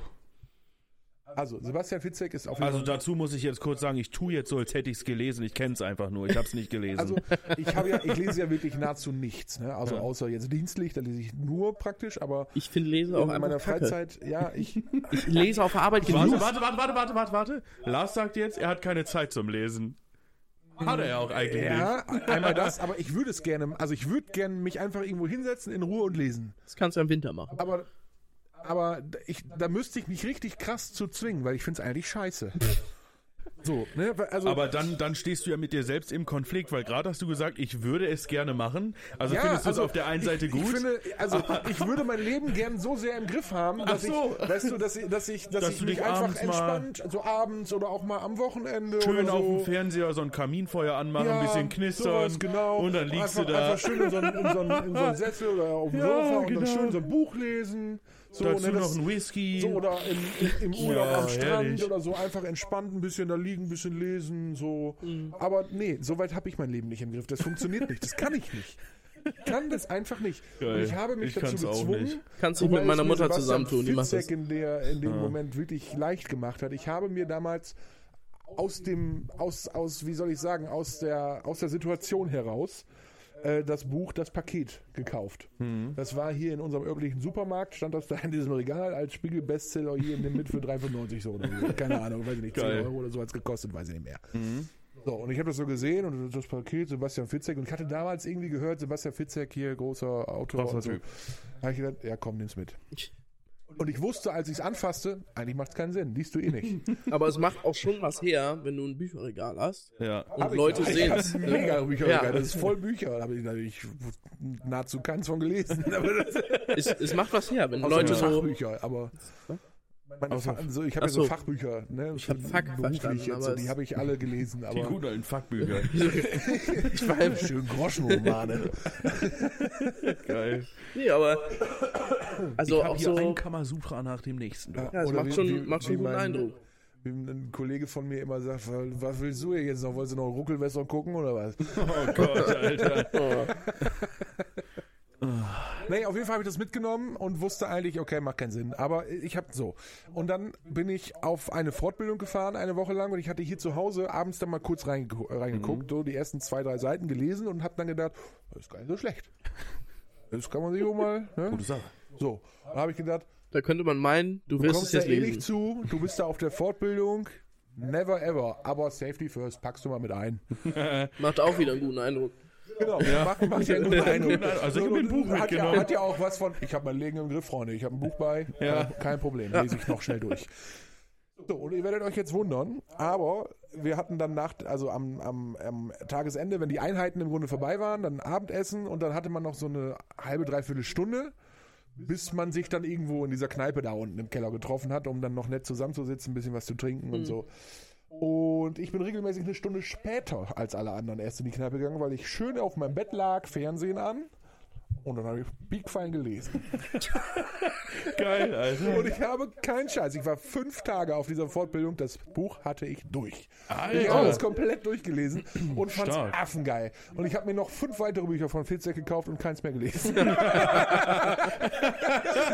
S1: Also, Sebastian Fitzek ist auf jeden
S2: also dazu muss ich jetzt kurz sagen, ich tue jetzt so, als hätte ich es gelesen. Ich kenne es einfach nur. Ich habe es nicht gelesen.
S1: Also ich habe ja, ich lese ja wirklich nahezu nichts, ne? Also außer jetzt dienstlich, da lese ich nur praktisch, aber
S3: Ich finde Lesen auch
S1: in
S3: einfach
S1: meiner
S3: Kacke.
S1: Freizeit, ja, ich
S3: Ich lese auf der Arbeit
S2: warte,
S3: genug.
S2: warte, warte, warte, warte, warte, warte. Lars sagt jetzt, er hat keine Zeit zum Lesen. Hat er ja auch eigentlich nicht.
S1: ja, einmal das, aber ich würde es gerne, also ich würde gerne mich einfach irgendwo hinsetzen in Ruhe und lesen.
S3: Das kannst du im Winter machen.
S1: Aber aber ich, da müsste ich mich richtig krass zu zwingen, weil ich finde es eigentlich scheiße. So, ne? weil- Also
S2: Aber dann, dann stehst du ja mit dir selbst im Konflikt, weil gerade hast du gesagt, ich würde es gerne machen. Also
S1: Ja,
S2: findest du es
S1: also
S2: auf der einen Seite
S1: ich,
S2: gut.
S1: Ich finde, also ich würde mein Leben gern so sehr im Griff haben, dass
S2: so.
S1: ich, weißt du, dass ich, dass ich, dass
S2: Dass
S1: ich
S2: du
S1: mich
S2: dich
S1: einfach
S2: abends mal-
S1: entspannt, so abends oder auch mal am Wochenende
S2: schön
S1: oder so.
S2: auf dem Fernseher so ein Kaminfeuer anmachen, ein bisschen knistern.
S1: sowas, genau.
S2: Und dann liegst
S1: einfach,
S2: du da.
S1: Einfach schön in so einen, in so einen, in so einen Sessel oder auf dem
S2: Ja,
S1: Sofa und dann
S2: genau.
S1: schön so ein Buch lesen. So,
S2: dazu
S1: ne, das-
S2: noch ein Whisky.
S1: so oder im, im, im Urlaub
S2: Ja,
S1: am Strand
S2: herrlich.
S1: oder so einfach entspannt ein bisschen da liegen, ein bisschen lesen, so.
S3: Mhm.
S1: Aber nee, so weit habe ich mein Leben nicht im Griff. Das funktioniert nicht. Das kann ich nicht. Ich kann das einfach nicht. Und
S2: Geil.
S1: ich habe mich
S2: Ich
S1: dazu
S2: kann's auch
S1: gezwungen.
S2: nicht.
S3: Kannst dich
S1: wobei
S3: mit meiner
S1: es mir
S3: Mutter
S1: Sebastian
S3: zusammentun, die macht
S1: Fitzek
S3: das.
S1: in, der, in dem Moment wirklich leicht gemacht hat. Ich habe mir damals aus dem, aus, aus, wie soll ich sagen, aus der, aus der Situation heraus äh, das Buch, das Paket gekauft.
S2: Hm.
S1: Das war hier in unserem örtlichen Supermarkt, stand das da in diesem Regal als Spiegel-Bestseller hier in dem mit für 3,95 so oder so. Keine Ahnung, weiß ich nicht, 10
S2: Geil. Hm.
S1: Euro oder so hat es gekostet, weiß ich nicht mehr. So, und ich habe das so gesehen und das Paket Sebastian Fitzek und ich hatte damals irgendwie gehört, Sebastian Fitzek hier, großer Autor
S2: Krasser
S1: und so.
S2: Typ.
S1: Da habe ich gedacht, ja komm, nimm's mit. Und ich wusste, als ich es anfasste, eigentlich macht es keinen Sinn, liest du eh nicht.
S3: Aber es macht auch schon was her, wenn du ein Bücherregal hast
S2: Ja.
S3: und Leute sehen Ne? es.
S1: Mega Bücher,
S3: Ja.
S1: das ist voll Bücher, da habe ich natürlich nahezu keins von gelesen. Aber das,
S3: Es, es macht was her, wenn
S1: Außer
S3: Leute so.
S1: Fachbücher, aber meine
S2: Außer-
S1: Fa so, ich habe ja so
S3: Ach so.
S1: Fachbücher, ne?
S3: Ich hab Fuck verstanden,
S1: jetzt, so,
S3: aber
S1: die
S3: es-
S1: habe ich alle gelesen,
S2: Die
S1: aber
S2: guten alten Fuckbücher.
S1: ich war im schönen Groschenromane.
S2: Geil.
S3: Nee, aber. Also
S2: ich habe
S3: auch
S2: hier ein
S3: so.
S2: Kamasutra nach dem nächsten. du.
S3: Ja, es macht schon- macht schon guten Eindruck.
S1: Wie ein Kollege von mir immer sagt, was willst du hier jetzt noch? Wolltest du noch Ruckelwässer gucken oder was?
S2: Oh Gott, Alter.
S3: Ah,
S1: Nee, auf jeden Fall habe ich das mitgenommen und wusste eigentlich, okay, macht keinen Sinn. Aber ich habe so. Und dann bin ich auf eine Fortbildung gefahren, eine Woche lang, und ich hatte hier zu Hause abends dann mal kurz reingegu reingeguckt,
S3: Mhm.
S1: so die ersten zwei, drei Seiten gelesen und habe dann gedacht, das ist gar nicht so schlecht. Das kann man sich auch mal. Ne?
S2: Gute Sache.
S1: So, dann habe ich gedacht,
S3: Da könnte man meinen, du
S1: du
S3: wirst es
S1: kommst da
S3: jetzt
S1: eh nicht
S3: lesen.
S1: zu, du bist da auf der Fortbildung. Never ever, aber Safety First packst du mal mit ein.
S3: Macht auch wieder einen guten Eindruck.
S1: Genau, macht, macht ja einen guten Eindruck. Genau,
S2: Also ich hab mir ein Buch
S1: hat ja,
S2: mitgenommen.
S1: hat ja auch was von, ich habe mein Leben im Griff, Freunde, ich habe ein Buch bei,
S2: Ja.
S1: äh, kein Problem, lese ich noch schnell durch. So, und ihr werdet euch jetzt wundern, aber wir hatten dann nach, also am, am, am Tagesende, wenn die Einheiten im Grunde vorbei waren, dann Abendessen und dann hatte man noch so eine halbe, dreiviertel Stunde, bis man sich dann irgendwo in dieser Kneipe da unten im Keller getroffen hat, um dann noch nett zusammenzusitzen, ein bisschen was zu trinken und so. Und ich bin regelmäßig eine Stunde später als alle anderen erst in die Kneipe gegangen, weil ich schön auf meinem Bett lag, Fernsehen an Und dann habe ich Big Fine gelesen.
S2: Geil, Alter.
S1: Und ich habe keinen Scheiß. Ich war fünf Tage auf dieser Fortbildung. Das Buch hatte ich durch. Ich habe es
S2: Alter.
S1: komplett durchgelesen und fand es
S2: Stark.
S1: affengeil. Und ich habe mir noch fünf weitere Bücher von Fitzek gekauft und keins mehr gelesen.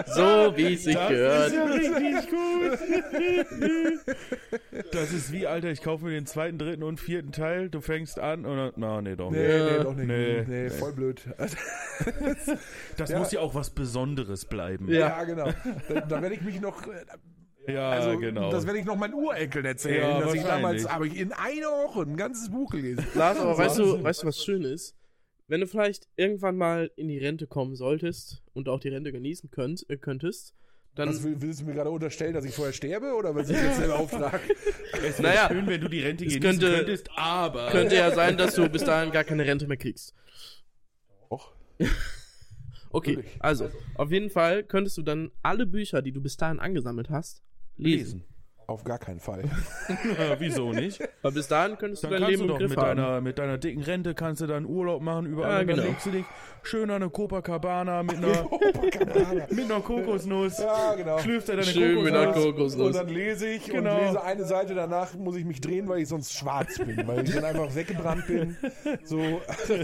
S4: So wie es sich
S2: Das ist
S4: gehört.
S2: ja richtig gut. Das ist wie, Alter, ich kaufe mir den zweiten, dritten und vierten Teil. Du fängst an und dann, na, nee, doch
S1: Nee,
S2: nicht.
S1: nee, doch nicht.
S2: Nee.
S1: Nee, voll blöd.
S2: Das muss ja auch was Besonderes bleiben.
S1: Ja, genau. Da, da werde ich mich noch, äh,
S2: Ja,
S1: also,
S2: genau.
S1: das werde ich noch meinen Urenkeln erzählen,
S2: Ja,
S1: dass ich
S2: wahrscheinlich.
S1: damals, habe ich in einer Woche ein ganzes Buch gelesen.
S3: Lars, aber weißt du, weißt du, was schön ist? Wenn du vielleicht irgendwann mal in die Rente kommen solltest und auch die Rente genießen könnt, äh, könntest, dann.
S1: Was will- willst du mir gerade unterstellen, dass ich vorher sterbe oder was ich jetzt selber auftrag?
S2: es wäre
S4: Naja,
S2: schön, wenn du die Rente
S4: es
S2: genießen
S4: könnte-
S2: könntest, aber...
S4: Könnte
S3: Könnte ja sein, dass du bis dahin gar keine Rente mehr kriegst.
S1: Och.
S3: Okay,
S1: Natürlich.
S3: also, auf jeden Fall könntest du dann alle Bücher, die du bis dahin angesammelt hast, lesen.
S1: Auf gar keinen Fall.
S2: Ja, wieso nicht?
S3: Weil bis dahin könntest du
S2: Dann
S3: dein
S2: kannst du
S3: Leben im
S2: doch
S3: Griff
S2: mit
S3: haben.
S2: deiner, mit deiner dicken Rente kannst du dann Urlaub machen überall.
S3: Ja,
S2: und
S3: genau.
S2: Dann legst du dich schön an eine Copacabana mit einer, mit einer Kokosnuss.
S1: ja, genau.
S2: Schlürfst du deine
S4: Schön mit einer
S2: Kokosnuss.
S1: Und
S4: Kokosnuss.
S1: dann lese ich
S2: Genau.
S1: und lese eine Seite, danach muss ich mich drehen, weil ich sonst schwarz bin, weil ich dann einfach weggebrannt bin. So,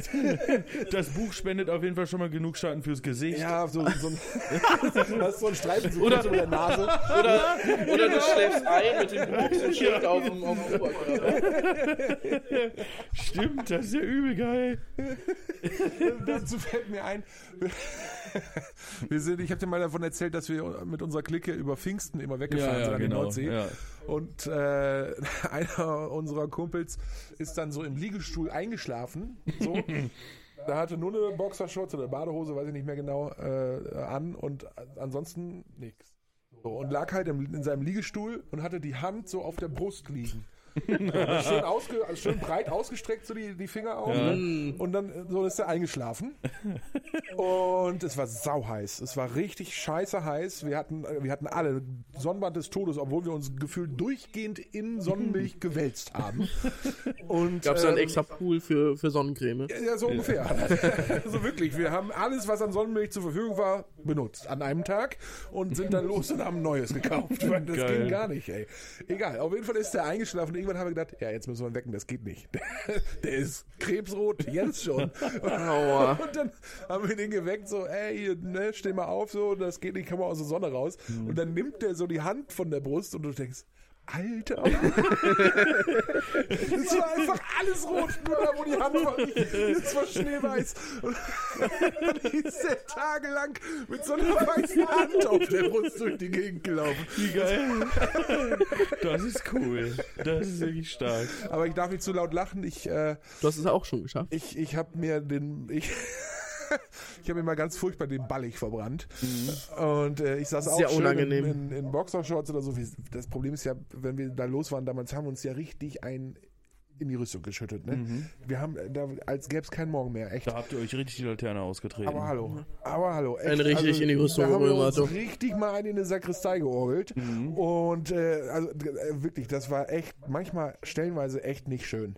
S2: Das Buch spendet auf jeden Fall schon mal genug Schatten fürs Gesicht.
S1: ja, so, so ein, hast so ein Streifen so
S3: Oder-
S1: kurz über der Nase.
S3: Oder, oder du schläfst ein mit dem Buchschild auf dem auf dem Oberkörper.
S2: Stimmt, das ist ja übel geil.
S1: Dazu fällt mir ein, wir sind, ich habe dir mal davon erzählt, dass wir mit unserer Clique über Pfingsten immer weggefahren sind an die Nordsee.
S2: ja.
S1: Und äh, einer unserer Kumpels ist dann so im Liegestuhl eingeschlafen. So. Da hatte nur eine Boxershorts oder Badehose, weiß ich nicht mehr genau, äh, an und ansonsten nichts. So, und lag halt im, in seinem Liegestuhl und hatte die Hand so auf der Brust liegen. Und schön, ausge, also schön breit ausgestreckt, so die, die Finger auf. Ne? Und dann äh, so ist er eingeschlafen. Und es war sauheiß. Es war richtig scheiße heiß. Wir hatten, äh, wir hatten alle Sonnenband des Todes, obwohl wir uns gefühlt durchgehend in Sonnenmilch gewälzt haben. Und
S3: Gab's da einen
S1: ähm,
S3: extra Pool für, für Sonnencreme?
S1: ja, so ungefähr. also wirklich, wir haben alles, was an Sonnenmilch zur Verfügung war, benutzt an einem Tag und sind dann los und haben ein neues gekauft. Weil das
S2: Geil.
S1: ging gar nicht, ey. Egal, auf jeden Fall ist der eingeschlafen und irgendwann haben wir gedacht, ja, jetzt müssen wir ihn wecken, das geht nicht. der ist krebsrot, jetzt schon.
S4: Aua.
S1: Und dann haben wir den geweckt, so, ey, hier, ne, steh mal auf, so, das geht nicht, komm mal aus der Sonne raus. Und dann nimmt der so die Hand von der Brust und du denkst, Alter! Es war einfach alles rot, nur da, wo die Hand war. Es war schneeweiß. Und dann ist der tagelang mit so einer weißen Hand auf der Brust durch die Gegend gelaufen.
S2: Wie geil. Das ist cool. Das ist wirklich stark.
S1: Aber ich darf nicht zu laut lachen. Ich, äh,
S3: Du hast es auch schon geschafft.
S1: Ich, ich habe mir den. Ich, ich habe mir mal ganz furchtbar den Ballig verbrannt. Und äh, ich saß auch
S3: Sehr
S1: schön
S3: unangenehm.
S1: In, in, in Boxershorts oder so. Wir- Das Problem ist ja, wenn wir da los waren damals, haben wir uns ja richtig ein in die Rüstung geschüttet. Ne?
S3: Mhm.
S1: Wir haben äh, da, als gäbe es keinen Morgen mehr, echt.
S2: Da habt ihr euch richtig die Laterne ausgetreten.
S1: Aber halt hallo, aber hallo. Echt, also,
S3: Ein richtig in die Rüstung
S1: da haben wir
S3: gerührt, Mhm.
S1: uns
S3: du.
S1: richtig mal einen in eine Sakristei georgelt. Und äh, also äh, wirklich, das war echt, manchmal stellenweise echt nicht schön.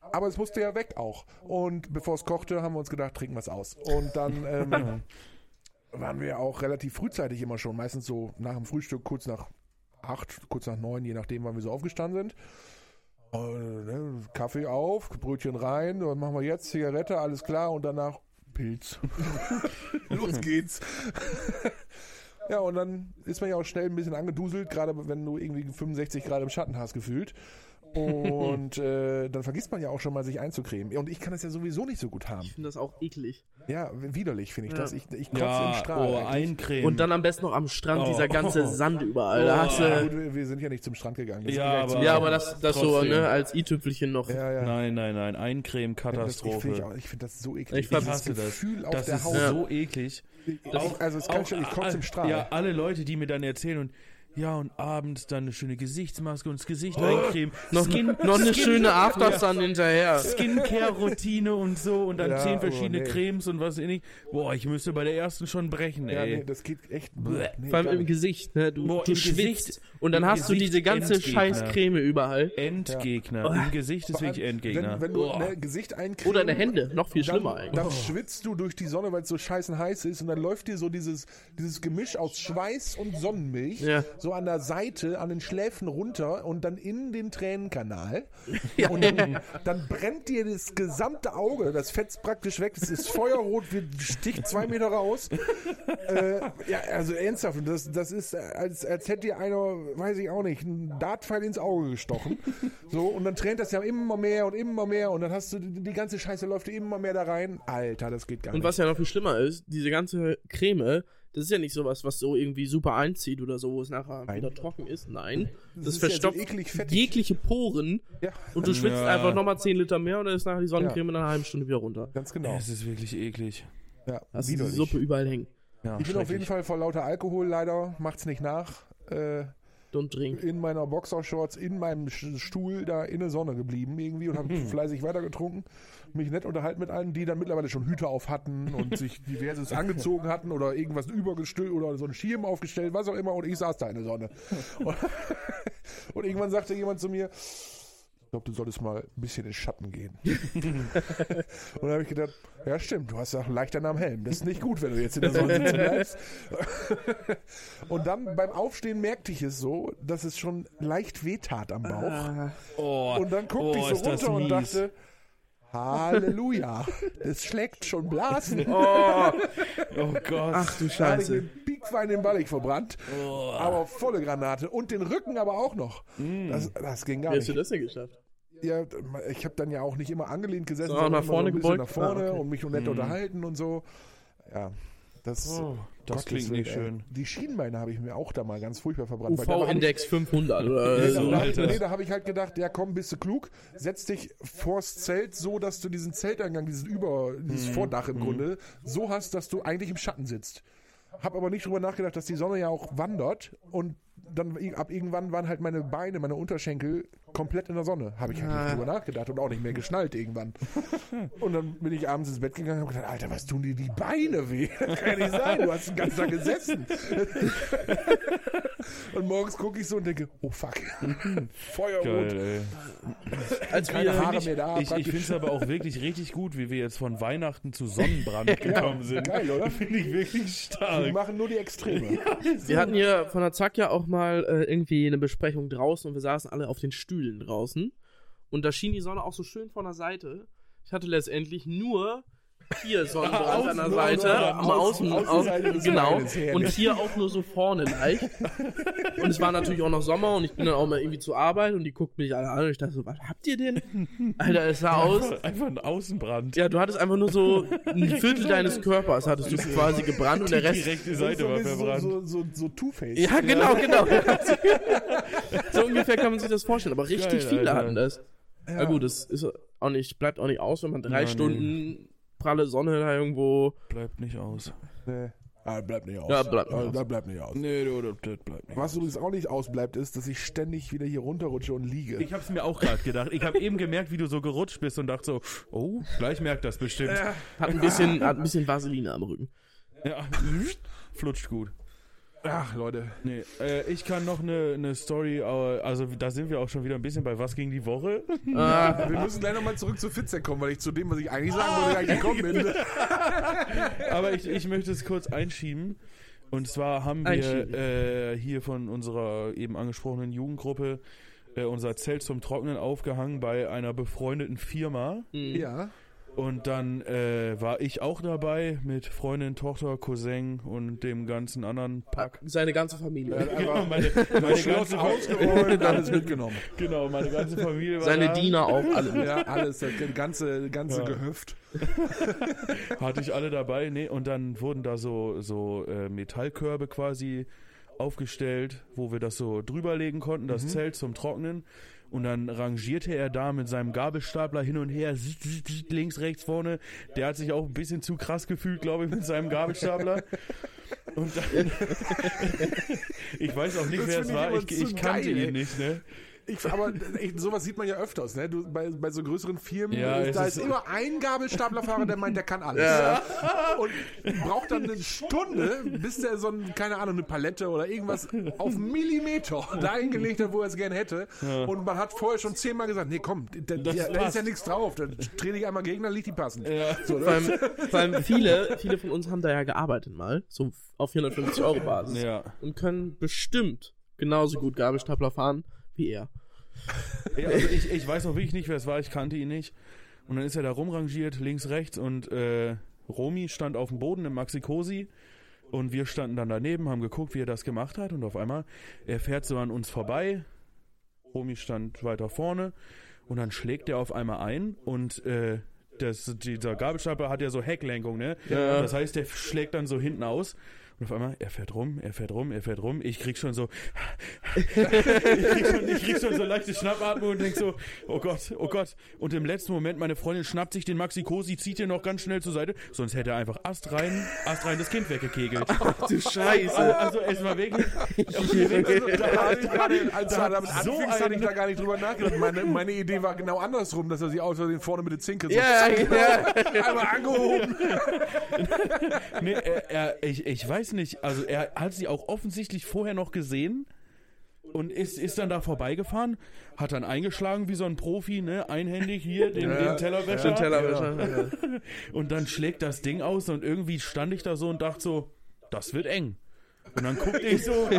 S1: Aber es musste ja weg auch. Und bevor es kochte, haben wir uns gedacht, trinken wir es aus. Und dann ähm, waren wir auch relativ frühzeitig immer schon, meistens so nach dem Frühstück, kurz nach acht, kurz nach neun, je nachdem, wann wir so aufgestanden sind. Äh, ne, Kaffee auf, Brötchen rein, was machen wir jetzt? Zigarette, alles klar und danach Pilz. Los geht's. ja, und dann ist man ja auch schnell ein bisschen angeduselt, gerade wenn du irgendwie 65 Grad im Schatten hast gefühlt. Und äh, dann vergisst man ja auch schon mal, sich einzucremen. Und ich kann das ja sowieso nicht so gut haben.
S3: Ich finde das auch eklig.
S1: Ja, widerlich finde ich
S3: Ja.
S1: das. Ich, ich kotze im
S2: Ja,
S1: Strahl.
S2: oh,
S1: eigentlich.
S2: eincremen.
S3: Und dann am besten noch am Strand,
S2: Oh.
S3: dieser ganze Sand überall.
S2: Oh.
S3: Da hast
S1: ja,
S3: du,
S1: gut, wir wir sind ja nicht zum Strand gegangen. Wir sind
S2: Ja,
S1: gleich zum-
S3: ja, aber das, das so,
S2: Oh. Trotzdem.
S3: ne, als i-Tüpfelchen noch.
S1: ja, ja.
S2: Nein, nein, nein. Eincremen,
S1: Das- Ich
S2: Katastrophe.
S1: finde ich auch- ich finde das so eklig.
S3: Ich hab das
S1: Gefühl auf
S2: das
S1: der
S2: ist
S1: Haut.
S2: so eklig.
S1: Ich- also es also kann schon, ich kotze im Strahl.
S2: Ja, alle Leute, die mir dann erzählen und Ja, und abends dann eine schöne Gesichtsmaske und das Gesicht eincremen.
S3: Noch,
S2: Skin-
S3: noch eine
S2: Skin-
S3: schöne Aftersun hinterher.
S2: Skincare-Routine und so und dann
S1: Ja,
S2: zehn
S1: aber
S2: verschiedene
S1: nee.
S2: Cremes und was nicht. Boah, ich müsste bei der ersten schon brechen,
S1: Ja,
S2: ey.
S1: nee, das geht echt.
S2: Bleh.
S1: Nee,
S3: Vor allem
S1: gar
S3: im
S1: nicht.
S3: Gesicht, ne? Du,
S2: Boah,
S3: du
S2: im
S3: schwitzt
S2: Gesicht-
S3: und dann
S2: im
S3: hast du
S2: Gesicht
S3: diese ganze
S2: Endgegner.
S3: scheiß Creme überall.
S2: Endgegner. Im Gesicht ist
S1: Oh. Vor
S2: wirklich
S1: allem,
S2: Endgegner.
S1: Wenn, wenn du
S2: Boah.
S1: ne, Gesicht eincremen,
S3: Oder deine Hände, noch viel schlimmer
S1: dann,
S3: eigentlich.
S1: dann schwitzt du durch die Sonne, weil es so scheißen heiß ist und dann läuft dir so dieses, dieses Gemisch aus Schweiß und Sonnenmilch
S3: Ja.
S1: so an der Seite, an den Schläfen runter und dann in den Tränenkanal. Und dann, dann brennt dir das gesamte Auge, das fetzt praktisch weg, es ist feuerrot, wird sticht zwei Meter raus. äh, ja, also ernsthaft, das, das ist, äh, als, als hätte dir einer, weiß ich auch nicht, einen Dartpfeil ins Auge gestochen. So, und dann tränt das ja immer mehr und immer mehr und dann hast du, die die ganze Scheiße läuft dir immer mehr da rein. Alter, das geht gar
S3: Und
S1: nicht.
S3: was ja noch viel schlimmer ist, diese ganze Creme, das ist ja nicht sowas, was so irgendwie super einzieht oder so, wo es nachher wieder trocken ist. Nein. Das,
S1: ist ja so
S3: verstopft
S1: eklig fettig.
S3: jegliche Poren
S1: ja,
S3: und du schwitzt
S2: Ja.
S3: einfach nochmal 10 Liter mehr und dann ist nachher die Sonnencreme in einer halben Stunde wieder runter.
S1: ganz genau.
S2: Es ist wirklich eklig.
S1: Ja,
S3: Äh, Hast du die
S1: widerlich.
S3: Suppe überall hängen.
S2: Ja,
S1: Ich bin auf jeden
S2: schrecklich.
S1: Fall vor lauter Alkohol leider, macht's nicht nach, äh,
S3: Don't drink.
S1: in meiner Boxershorts, in meinem Sch- Stuhl da in der Sonne geblieben irgendwie und habe fleißig weitergetrunken, mich nett unterhalten mit allen, die dann mittlerweile schon Hüte auf hatten und sich diverses angezogen hatten oder irgendwas übergestülpt oder so einen Schirm aufgestellt, was auch immer und ich saß da in der Sonne. Und, und irgendwann sagte jemand zu mir, ich glaube, du solltest mal ein bisschen in den Schatten gehen. und da habe ich gedacht, ja stimmt, du hast ja leicht an am Helm. Das ist nicht gut, wenn du jetzt in der Sonne sitzen bleibst. Und dann beim Aufstehen merkte ich es so, dass es schon leicht wehtat am Bauch.
S2: Oh,
S1: Und dann guckte
S2: oh,
S1: ich
S2: ist
S1: so
S2: das
S1: runter und
S2: mies.
S1: dachte, Halleluja, es schlägt schon Blasen.
S2: Oh Gott.
S3: Ach
S1: da hatte
S3: du
S1: ich
S3: Scheiße.
S1: den Piekwein den Ballig verbrannt, aber volle Granate und den Rücken aber auch noch. Das, das ging gar
S3: Wie hast du
S1: nicht.
S3: das denn geschafft?
S1: Ja, ich habe dann ja auch nicht immer angelehnt gesessen,
S3: So, nach
S1: immer
S3: vorne
S1: ein bisschen nach
S3: gebeugt? Ah,
S1: vorne
S3: okay.
S1: und mich nett unterhalten und so. Ja, das,
S2: Oh,
S1: Gottes
S2: das klingt nicht
S1: Willen, ey.
S2: schön.
S1: Die Schienbeine habe ich mir auch da mal ganz furchtbar verbrannt. weil da war ich-
S3: UV-Index 500 oder
S1: Nee,
S2: so,
S1: da- da,
S3: so.
S2: Alter.
S1: nee, da habe ich halt gedacht, ja komm, bist du klug, setz dich vors Zelt so, dass du diesen Zelteingang, dieses Über,
S2: Mhm.
S1: dieses Vordach im Grunde, so hast, dass du eigentlich im Schatten sitzt. Hab aber nicht drüber nachgedacht, dass die Sonne ja auch wandert und dann i- ab irgendwann waren halt meine Beine, meine Unterschenkel komplett in der Sonne. Habe ich halt
S2: Ah.
S1: nicht drüber nachgedacht und auch nicht mehr geschnallt irgendwann. Und dann bin ich abends ins Bett gegangen und habe gedacht, Alter, was tun dir die Beine weh? Das kann ja nicht sein, du hast den ganzen Tag gesessen. und morgens gucke ich so und denke, oh fuck, Feuerrot.
S2: Geil,
S3: Als
S1: Keine
S3: wir,
S1: Haare mehr da.
S2: ey. Ich, ich finde es aber auch wirklich richtig gut, wie wir jetzt von Weihnachten zu Sonnenbrand gekommen sind.
S1: Geil, oder?
S2: Finde ich wirklich
S1: Die
S2: stark.
S1: machen nur die Extreme.
S3: wir hatten hier von der Zack ja auch mal äh, irgendwie eine Besprechung draußen und wir saßen alle auf den Stühlen draußen. Und da schien die Sonne auch so schön von der Seite. Ich hatte letztendlich nur hier Sonnenbrand an der
S1: Außen-
S3: Seite.
S1: Außen-
S3: Außen, außen,
S1: Außenseite des
S3: genau.
S1: Kleides, herrlich.
S3: Und hier auch nur so vorne leicht. Und es war natürlich auch noch Sommer und ich bin dann auch mal irgendwie zur Arbeit und die guckt mich alle an und ich dachte so, was habt ihr denn? Alter, es sah aus.
S2: Einfach ein Außenbrand.
S3: Ja, du hattest einfach nur so ein Viertel deines Körpers hattest du quasi gebrannt und der
S2: Die
S3: Rest.
S2: rechte Seite war verbrannt.
S1: So, so, so, so Two-Face.
S3: Ja, genau, genau. so ungefähr kann man sich das vorstellen, aber richtig
S2: Geil,
S3: viele
S2: Alter.
S3: hatten das.
S1: Ja.
S3: Na gut, das ist auch nicht, bleibt auch nicht aus, wenn man drei
S2: Ja, nee.
S3: Stunden pralle Sonne da irgendwo.
S2: Bleibt nicht aus.
S1: Nee. Ah, bleibt nicht aus.
S3: Ja, bleibt nicht
S1: Ah,
S3: aus.
S1: da bleibt nicht aus.
S2: Nee, das bleibt nicht
S1: Was übrigens auch nicht ausbleibt, ist, dass ich ständig wieder hier runterrutsche und liege.
S2: Ich hab's mir auch gerade gedacht. Ich habe eben gemerkt, wie du so gerutscht bist und dachte so, oh, gleich merkt das bestimmt.
S3: Hat ein bisschen, hat ein bisschen Vaseline am Rücken.
S2: Ja. Flutscht gut.
S1: Ach, Leute.
S2: Nee, äh, ich kann noch eine, eine Story, äh, also da sind wir auch schon wieder ein bisschen bei Was ging die Woche?
S3: Ah,
S1: Wir müssen gleich nochmal zurück zu Fitzek kommen, weil ich zu dem, was ich eigentlich sagen wollte, gar nicht gekommen bin.
S2: Aber ich, ich möchte es kurz einschieben. Und zwar haben
S3: Einschieben.
S2: wir äh, hier von unserer eben angesprochenen Jugendgruppe äh, unser Zelt zum Trocknen aufgehangen bei einer befreundeten Firma.
S3: Hm,
S1: Ja.
S2: Und dann äh, war ich auch dabei mit Freundin, Tochter, Cousin und dem ganzen anderen Pack.
S3: seine ganze Familie.
S2: Genau, meine,
S1: Das
S2: meine
S1: Schloss
S2: ganze,
S1: ausgeräumt, alles mitgenommen.
S2: genau, meine ganze Familie war
S3: Seine
S2: da.
S3: Diener auch alle.
S1: Also, Ja, alles, das ganze, ganze
S2: Ja.
S1: Gehöft.
S2: Hatte ich alle dabei, nee, und dann wurden da so, so äh, Metallkörbe quasi aufgestellt, wo wir das so drüberlegen konnten,
S1: Mhm.
S2: das Zelt zum Trocknen. Und dann rangierte er da mit seinem Gabelstapler hin und her, zit, zit, zit, links, rechts, vorne. Der hat sich auch ein bisschen zu krass gefühlt, glaube ich, mit seinem Gabelstapler. Und dann, ich weiß auch nicht,
S1: Das finde
S2: wer es
S1: ich
S2: war.
S1: immer
S2: Ich,
S1: zu
S2: ich kannte
S1: geil, ey.
S2: ihn nicht, ne?
S1: Ich, aber ich, sowas sieht man ja öfters, ne? Du, bei, bei so größeren Firmen,
S2: Ja,
S1: äh,
S2: es
S1: da
S2: ist-
S1: ist immer ein Gabelstaplerfahrer, der meint, der kann alles. Und braucht dann eine Stunde, bis der so, ein, keine Ahnung, eine Palette oder irgendwas auf einen Millimeter dahin gelegt hat, wo er es gerne hätte. Und man hat vorher schon zehnmal gesagt, nee, komm, da, da,
S2: Das
S1: da ist ja
S2: passt.
S1: nichts drauf. Dann dreh dich einmal gegen, dann liegt die passend. So,
S3: Vor allem, vor allem viele, viele von uns haben da ja gearbeitet mal, so auf 450-Euro-Basis.
S2: Ja.
S3: Und können bestimmt genauso gut Gabelstapler fahren wie er.
S2: Ja, also ich, ich weiß auch wirklich nicht, wer es war, ich kannte ihn nicht. Und dann ist er da rumrangiert, links, rechts und äh, Romy stand auf dem Boden im Maxi-Cosi und wir standen dann daneben, haben geguckt, wie er das gemacht hat und auf einmal, er fährt so an uns vorbei, Romy stand weiter vorne und dann schlägt er auf einmal ein und äh, das, dieser Gabelstapler hat ja so Hecklenkung, ne?
S3: Ja.
S2: Das heißt, der schlägt dann so hinten aus und auf einmal, er fährt rum, er fährt rum, er fährt rum. Ich krieg schon so, ich krieg schon, ich krieg schon so leichte Schnappatmung und denk so, oh Gott, oh Gott. Und im letzten Moment, meine Freundin schnappt sich den Maxi Cosi, zieht ihn noch ganz schnell zur Seite, sonst hätte er einfach Ast rein, Ast rein das Kind weggekegelt.
S3: Du
S2: Also, also erstmal wirklich.
S1: Also, da habe ich gerade, als du
S2: da
S1: damit
S2: hat so
S1: anfingst, hatte ich
S2: ein-
S1: da gar nicht drüber nachgedacht. Meine, meine Idee war genau andersrum, dass er sich aus Versehen vorne mit der Zinke so
S4: Ja,
S1: genau.
S4: ja.
S1: einmal angehoben.
S2: Nee, er, er, ich, ich weiß nicht, also er hat sie auch offensichtlich vorher noch gesehen und ist, ist dann da vorbeigefahren, hat dann eingeschlagen wie so ein Profi, ne, einhändig hier den, den Tellerwäscher.
S3: Den Tellerwäscher.
S2: Und dann schlägt das Ding aus und irgendwie stand ich da so und dachte so, das wird eng. Und dann guckte ich so,
S1: Voll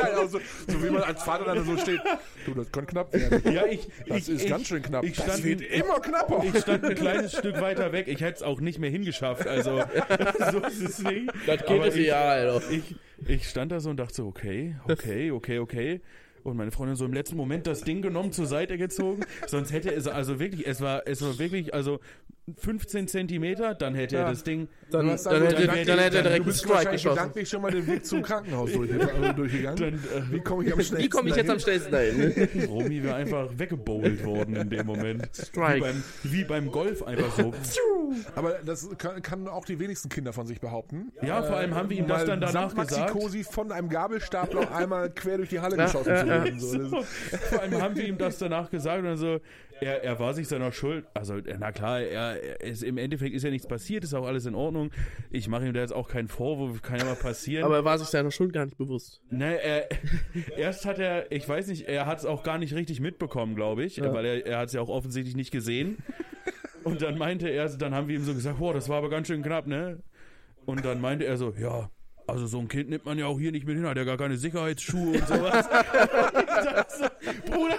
S1: geil, also, so wie man als Vater dann so steht. Du, das kann knapp werden.
S2: ja, ich,
S1: Das
S2: ich,
S1: ist
S2: ich,
S1: ganz schön knapp.
S2: Ich
S1: das
S2: stand,
S1: wird immer knapper.
S2: ich stand ein kleines Stück weiter weg. Ich hätte es auch nicht mehr hingeschafft. Also, so ist es nicht.
S3: Das geht
S2: Aber
S3: es
S2: ich,
S3: ja, Alter.
S2: ich, ich stand da so und dachte so, okay, okay, okay, okay. Und meine Freundin so im letzten Moment das Ding genommen, zur Seite gezogen. Sonst hätte es, also wirklich, es war, es war wirklich, also 15 Zentimeter, dann hätte er
S1: Ja.
S2: das Ding.
S3: Dann,
S1: Du
S3: dann,
S1: hast also
S3: hätte,
S1: gedacht,
S3: dann, hätte er direkt
S1: du
S3: einen
S1: bist
S3: Strike
S1: wahrscheinlich
S3: geschossen.
S1: gedanklich schon mal den Weg zum Krankenhaus durch, also durchgegangen.
S2: Dann,
S1: wie komme ich am schnellsten
S3: äh, Wie komme ich jetzt am
S1: dahin?
S3: schnellsten dahin?
S2: äh, Romy wäre einfach weggebowlt worden in dem Moment. Wie
S3: Strike.
S2: beim, wie beim Golf einfach so.
S1: Aber das kann, kann auch die wenigsten Kinder von sich behaupten.
S2: Ja, vor allem haben wir ihm das dann danach gesagt.
S1: Maxi-Cosi von einem Gabelstapler einmal quer durch die Halle
S3: Ja,
S1: geschossen
S3: ja,
S1: zu
S3: ja.
S1: werden. So, das-
S2: So. Vor allem haben wir ihm das danach gesagt und dann so, er, er war sich seiner Schuld, also äh, na klar, er, er ist, im Endeffekt ist ja nichts passiert, ist auch alles in Ordnung. Ich mache ihm da jetzt auch keinen Vorwurf, kann ja mal passieren.
S3: Aber er war sich seiner Schuld gar nicht bewusst.
S2: ne, er, erst hat er, ich weiß nicht, er hat es auch gar nicht richtig mitbekommen, glaube ich, weil er, er hat es ja auch offensichtlich nicht gesehen. Und dann meinte er, dann haben wir ihm so gesagt, boah, das war aber ganz schön knapp, ne? Und dann meinte er so, ja, also so ein Kind nimmt man ja auch hier nicht mit hin, hat ja gar keine Sicherheitsschuhe und sowas. Und ich dachte so, Bruder,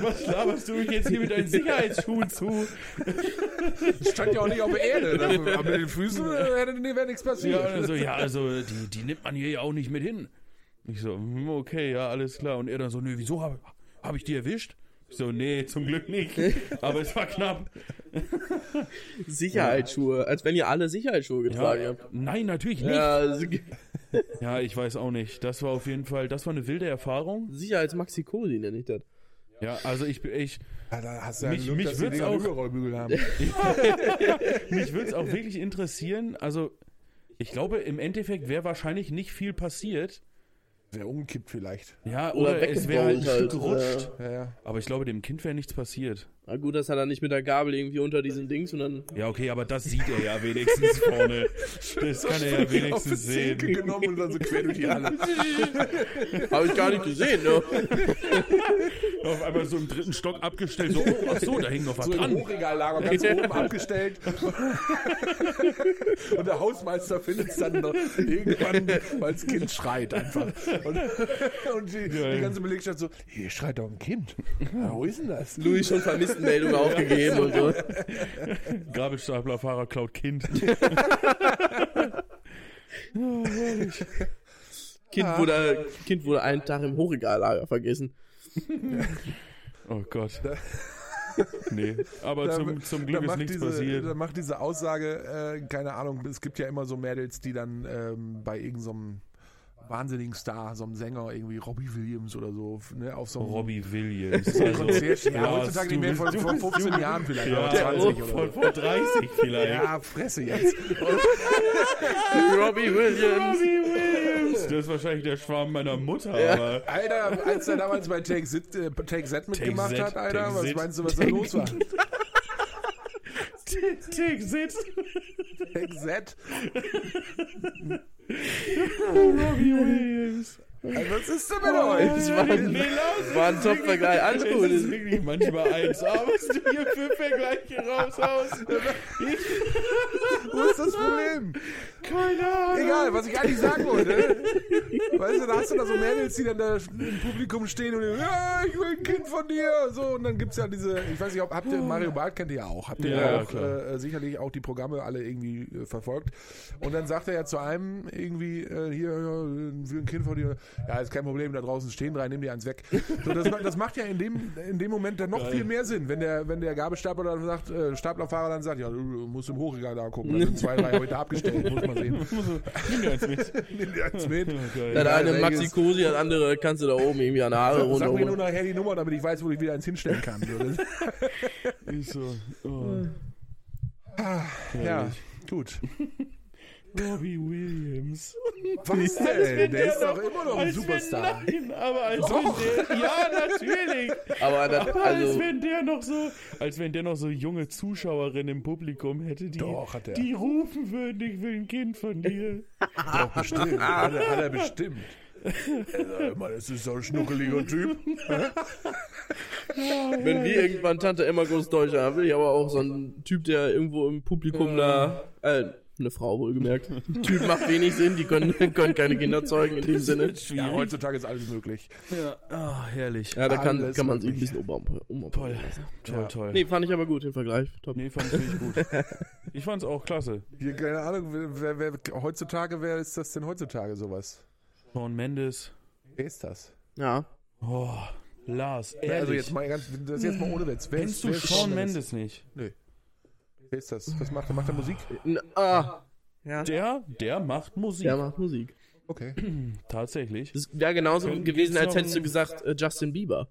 S2: was laberst du mich jetzt hier mit deinen Sicherheitsschuhen zu?
S1: Das stand ja auch nicht auf der Erde. Da- Aber mit den Füßen äh, hätte nee, wäre nichts
S2: Ja,
S1: passiert.
S2: und er so, ja, also die, die nimmt man hier ja auch nicht mit hin. Ich so, hm, okay, ja, alles klar. Und er dann so, nee, wieso habe hab ich die erwischt? Ich so, nee, zum Glück nicht. Aber es war knapp.
S3: Sicherheitsschuhe. Als wenn ihr alle Sicherheitsschuhe getragen
S2: Ja,
S3: habt.
S2: nein, natürlich nicht. Ja.
S3: Ja, si-
S2: ich weiß auch nicht. Das war auf jeden Fall, das war eine wilde Erfahrung.
S3: Sicherheits-Maxi-Cosi nenne ich das.
S2: Ja, also ich, ich
S1: Ja, da hast du ja
S2: Mich-
S1: Glück,
S2: mich
S1: dass die
S2: würd's
S1: Dinger
S2: auch-
S1: Überrollbügel haben.
S2: mich würde es auch wirklich interessieren. Also ich glaube, im Endeffekt wäre wahrscheinlich nicht viel passiert.
S1: Wäre umgekippt vielleicht.
S2: Ja,
S3: Oder
S2: oder, es wäre halt ein
S3: weggebaut
S2: Stück
S3: halt, ja.
S2: gerutscht.
S1: Ja, ja.
S2: Aber ich glaube, dem Kind wäre nichts passiert.
S3: Na gut, dass er dann nicht mit der Gabel irgendwie unter diesen Dings und dann.
S2: Ja, okay, aber das sieht er ja wenigstens vorne. Das kann er ja
S1: Auf die
S2: wenigstens
S1: Zehnke
S2: sehen.
S1: genommen und dann so quer durch die Halle.
S3: Habe ich gar nicht gesehen, ne?
S2: Auf einmal so im dritten Stock abgestellt, so, oh, ach so, da hing noch was
S1: So im
S2: dran.
S1: Hochregallager ganz oben abgestellt. Und der Hausmeister findet es dann noch irgendwann, weil das Kind schreit einfach. Und, und die, die ganze Belegschaft so, hier schreit doch ein Kind. Ja, wo ist denn das?
S3: Louis schon Vermisstenmeldung aufgegeben und so.
S2: Gabelstaplerfahrer klaut Kind. Oh,
S3: Kind, wurde, kind wurde einen Tag im Hochregallager vergessen.
S2: Oh Gott. Nee, aber
S1: Da-
S2: zum, zum
S1: da
S2: Glück ist
S1: macht
S2: nichts
S1: diese, Da
S2: passiert.
S1: macht diese Aussage, äh, keine Ahnung, es gibt ja immer so Mädels, die dann ähm, bei irgendeinem wahnsinnigen Star, so einem Sänger, irgendwie Robbie Williams oder so, ne, auf so einem
S2: Robbie Williams.
S1: Konzert. Ja,
S2: Lars,
S1: heutzutage
S2: du
S1: nicht mehr
S2: bist-
S1: von
S2: du
S1: vor
S2: bist-
S1: 15 Jahren vielleicht,
S2: Ja, oh,
S1: aber 20 oder
S2: von,
S1: so.
S2: von 30 vielleicht.
S1: Ja, Fresse jetzt.
S3: Robbie Williams.
S2: Robbie ist, das ist wahrscheinlich der Schwarm meiner Mutter,
S4: Ja.
S2: aber
S1: Alter, als er damals bei Take Z, äh, Take Z mitgemacht
S2: Z,
S1: hat, Alter,
S2: Take
S1: was
S2: Z,
S1: meinst du, was da
S2: Take-
S1: los war?
S2: Tick, sit.
S1: Take Z.
S2: Robbie Williams.
S1: Also, was ist denn mit
S2: Oh,
S1: euch?
S4: war ein-
S2: los,
S4: war ein Top-Vergleich. Alles
S2: Es
S4: gut.
S2: ist wirklich manchmal eins. Aber was du hier für Vergleiche raushaust.
S1: Wo ist das Problem?
S2: Keine Ahnung.
S1: Egal, was ich eigentlich sagen wollte. Weißt du, da hast du da so Mädels, die dann da im Publikum stehen und ja, ich will ein Kind von dir. So, und dann gibt's ja diese, ich weiß nicht, ob habt ihr Mario Barth kennt ihr ja auch. Habt ihr
S2: Ja,
S1: ja, auch
S2: klar.
S1: äh, sicherlich auch die Programme alle irgendwie äh, verfolgt. Und dann sagt er ja zu einem irgendwie, äh, hier, ja, will ein Kind von dir. Ja, ist kein Problem, da draußen stehen drei, nimm dir eins weg. So, das, ma- das macht ja in dem, in dem Moment dann noch viel mehr Sinn, wenn der, wenn der Gabelstapler dann sagt, äh, Staplerfahrer dann sagt, ja, du musst im Hochregal da gucken, da sind zwei, drei heute abgestellt, muss man sehen.
S2: Nimm dir eins mit.
S1: Nimm dir eins mit.
S2: Geil.
S3: Der
S1: Ja,
S3: eine
S1: welches-
S3: Maxi Cosi, der andere kannst du da oben irgendwie an der Haare
S1: Sag mir nur
S3: runterholen.
S1: nachher die Nummer, damit ich weiß, wo ich wieder eins hinstellen kann. So, das-
S2: Ist so. Oh.
S1: ja, gut.
S2: Robbie Williams.
S1: Was
S2: wenn
S1: denn? Der ist
S2: der
S1: doch
S2: noch-
S1: immer noch ein
S2: als
S1: Superstar.
S2: Wenn, nein, aber als wenn der, ja, natürlich.
S3: Aber das,
S2: Aber als
S3: also,
S2: wenn der noch so, als wenn der noch so junge Zuschauerinnen im Publikum hätte, die,
S1: Doch, hat er.
S2: die rufen würden, ich will ein Kind von dir.
S1: Doch, bestimmt. Hat er, hat er bestimmt. Also, Mann, das ist so ein schnuckeliger Typ.
S3: wenn wir irgendwann Tante Emma groß Deutsch haben, will ich aber auch so einen Typ, der irgendwo im Publikum da, äh, eine Frau wohlgemerkt. typ macht wenig Sinn, die können, können keine Kinder zeugen in dem Sinne.
S1: Ja, heutzutage ist alles möglich.
S2: Ah, herrlich.
S3: Ja, da kann,
S1: Alles
S3: kann man sich ein
S1: möglich.
S3: bisschen umbauen. umbauen.
S2: Toll, toll, toll.
S3: Nee, fand ich aber gut, den Vergleich. Top.
S2: Nee, fand ich gut. Ich fand's auch klasse.
S1: Hier, keine Ahnung, wer, wer, wer, heutzutage, wer ist das denn heutzutage sowas?
S2: Shawn Mendes.
S1: Wer ist das?
S3: Ja.
S2: Oh, Lars, ehrlich.
S1: Also jetzt mal ganz, das ist jetzt mal ohne Witz. Wer
S2: Kennst
S1: ist-
S2: du
S1: wer ist
S2: Shawn Mendes nicht?
S1: Wer ist das? Was macht er? Macht er Musik?
S3: N- Ah. Ja.
S2: Der, der macht Musik.
S3: Der macht Musik.
S1: Okay.
S2: Tatsächlich.
S3: Das wäre genauso
S2: Können-
S3: gewesen,
S2: gibt's
S3: als
S2: noch
S3: hättest du
S2: ein-
S3: gesagt, äh, Justin Bieber.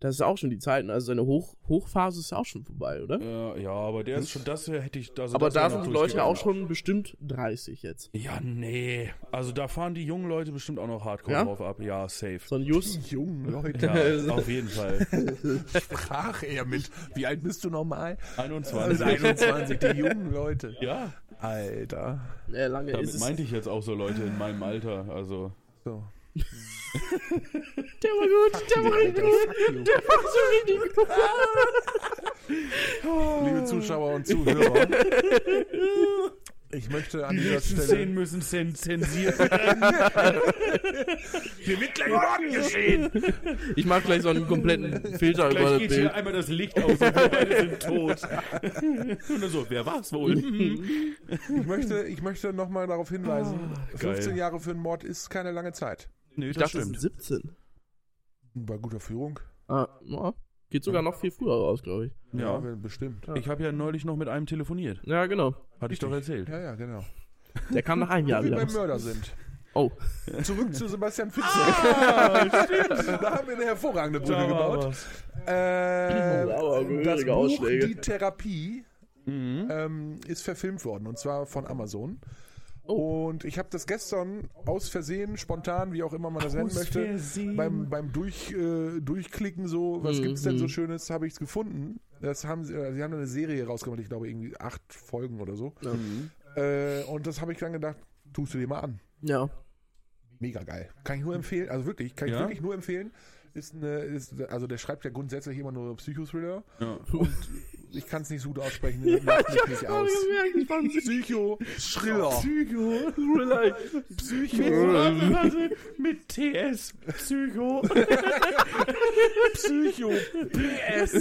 S3: Das ist auch schon die Zeiten. Also seine Hoch Hochphase ist auch schon vorbei, oder?
S2: Äh, ja, aber der ist schon, das hätte ich. Also
S3: Aber
S2: das
S3: da
S2: wäre noch
S3: sind die Leute
S2: durchgegangen.
S3: auch schon bestimmt 30 jetzt.
S2: Ja, nee. Also da fahren die jungen Leute bestimmt auch noch hardcore
S3: Ja?
S2: drauf ab. Ja, safe.
S3: So ein Just.
S1: Jungen Leute.
S2: Ja, auf jeden Fall.
S1: Sprach er mit. Wie alt bist du normal?
S2: 21.
S1: 21, die jungen Leute.
S2: ja,
S1: Alter.
S3: Äh, lange ist
S2: damit
S3: es.
S2: meinte ich jetzt auch so Leute in meinem Alter. Also,
S1: So.
S3: Der war gut, der war richtig gut. Der war so richtig gut.
S2: Ah.
S1: Liebe Zuschauer und Zuhörer, ich möchte an dieser Stelle.
S2: müssen zensiert werden.
S1: Hier wird gleich Mord geschehen!
S3: Ich mach gleich so einen kompletten Filter über das Bild.
S2: einmal das Licht aus und wir beide sind tot. Und dann so, wer war's wohl? Mhm.
S1: Ich möchte, ich möchte nochmal darauf hinweisen:
S2: geil.
S1: 15 Jahre für einen Mord ist keine lange Zeit.
S2: nee,
S3: Ich
S2: das
S3: dachte, es sind
S2: stimmt.
S3: 17.
S1: Bei guter Führung?
S3: Ah, ja. Geht sogar noch viel früher raus, glaube ich.
S2: Ja.
S1: wir- bestimmt.
S2: Ich habe ja neulich noch mit einem telefoniert.
S3: Ja, genau.
S2: Hatte ich doch erzählt.
S1: Ja, ja, genau.
S3: Der kam nach einem Jahr
S1: Wie
S3: wieder
S1: beim
S3: raus.
S1: Mörder sind.
S3: Oh.
S1: Zurück zu Sebastian Fitzek. da haben wir eine hervorragende Brücke gebaut. Äh,
S3: Oh, aber
S1: das
S3: gehörige
S1: Buch
S3: Ausschläge.
S1: Die Therapie ähm, ist verfilmt worden und zwar von Amazon. Und ich habe das gestern aus Versehen, spontan, wie auch immer man das nennen möchte, beim, beim durch, äh, Durchklicken so, was gibt's denn so Schönes, habe ich's gefunden. Das haben sie, äh, sie haben eine Serie rausgemacht, ich glaube irgendwie acht Folgen oder so. Äh, und das habe ich dann gedacht, tust du dir mal an.
S3: Ja.
S1: Mega geil. Kann ich nur empfehlen, also wirklich, kann ich
S2: Ja?
S1: wirklich nur empfehlen. Ist eine, ist, also der schreibt ja grundsätzlich immer nur Psychothriller.
S2: Ja.
S1: Ich kann es nicht so gut aussprechen, das macht mich nicht aus.
S3: Ich fand
S1: Psycho, Thriller.
S2: Psycho.
S1: Psycho,
S2: Mit TS. Psycho.
S1: Psycho,
S2: PS.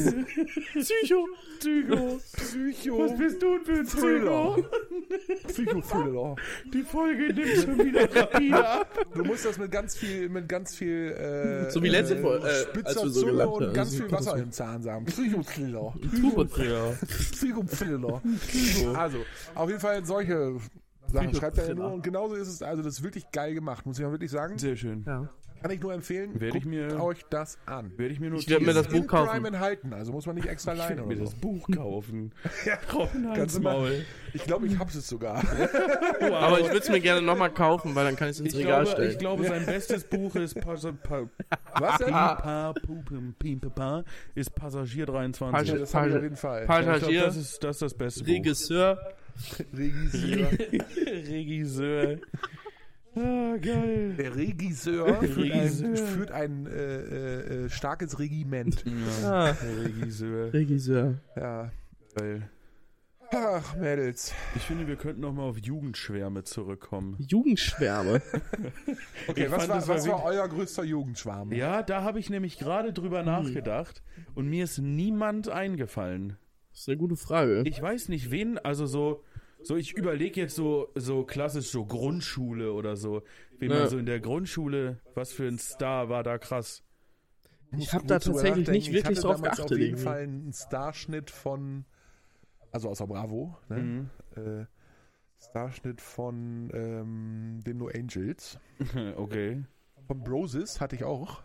S2: Psycho. Psycho. Was
S1: Psycho,
S2: bist du für ein
S1: Thriller.
S2: Psycho?
S1: Psycho-Thriller.
S2: Die Folge nimmt schon wieder rapide ab.
S1: Du musst das mit ganz viel, mit ganz viel, äh,
S3: So wie letzte Fol- äh, als
S1: spitzer
S3: wir so
S1: Zunge
S3: gelacht
S1: und
S3: haben.
S1: ganz
S3: Das
S1: viel
S3: ist
S1: Wasser im Zahn sagen. Psycho-Thriller.
S3: Turboträger.
S1: Psycho-Thriller. Also, auf jeden Fall solche Sachen schreibt er ja nur. Und genauso ist es, also das ist wirklich geil gemacht, muss ich mal wirklich sagen.
S2: ah. Sehr schön.
S3: Ja.
S1: Kann ich nur empfehlen,
S2: Werd ich
S1: guckt
S2: mir-
S1: euch das an.
S2: Werde ich mir
S3: Ich werd
S2: notieren.
S3: mir das
S1: Ist
S3: Buch
S1: in
S3: kaufen.
S1: Prime enthalten, also muss man nicht extra
S2: ich
S1: leihen
S2: werd mir
S1: oder so.
S2: das Buch kaufen. Robin
S1: Kannst
S2: Heinz
S1: du mal-
S2: Maul.
S1: Ich glaube, ich hab's es sogar.
S3: Aber ich würde es mir gerne nochmal kaufen, weil dann kann ich es ins
S2: Ich
S3: Regal
S2: glaube, ich
S3: stellen.
S2: glaube, sein bestes Buch ist, Pas pa
S1: Was denn?
S2: Pim, pa, Pu, Pim, Pim, pa, pa, ist Passagier
S1: Ja,
S2: 23.
S1: das hab ich
S3: Passagier-
S1: auf jeden Fall.
S3: Passagier-
S2: Ich glaub, das, ist, das ist das beste Buch.
S3: Regisseur.
S1: Regisseur.
S2: Regisseur. Ah, geil.
S1: Der Regisseur führt ein,
S2: Regisseur.
S1: führt ein äh, äh, starkes Regiment.
S2: Mhm. Ja, Regisseur.
S3: Regisseur.
S1: Ja.
S2: Geil.
S1: Ach, Mädels.
S2: Ich finde, wir könnten nochmal auf Jugendschwärme zurückkommen.
S3: Jugendschwärme.
S1: Okay,
S2: Ich
S1: was,
S2: fand,
S1: war,
S2: das war
S1: was war euer größter Jugendschwarm?
S2: Ja, da habe ich nämlich gerade drüber nachgedacht und mir ist niemand eingefallen.
S3: Das ist eine gute Frage.
S2: Ich weiß nicht, wen, also so, so ich überlege jetzt so, so klassisch so Grundschule oder so, wie man
S3: Ja.
S2: so in der Grundschule, was für ein Star war da krass.
S3: Ich hab da
S1: Gut drüber
S3: tatsächlich
S1: nachdenken.
S3: nicht
S1: Ich
S3: wirklich
S1: hatte
S3: drauf
S1: damals
S3: geachtet
S1: auf jeden
S3: irgendwie.
S1: Fall einen Starschnitt von, also außer Bravo, ne?
S3: Mhm.
S1: äh, Starschnitt von ähm, den No Angels.
S2: Okay.
S1: Von Brosis hatte ich auch.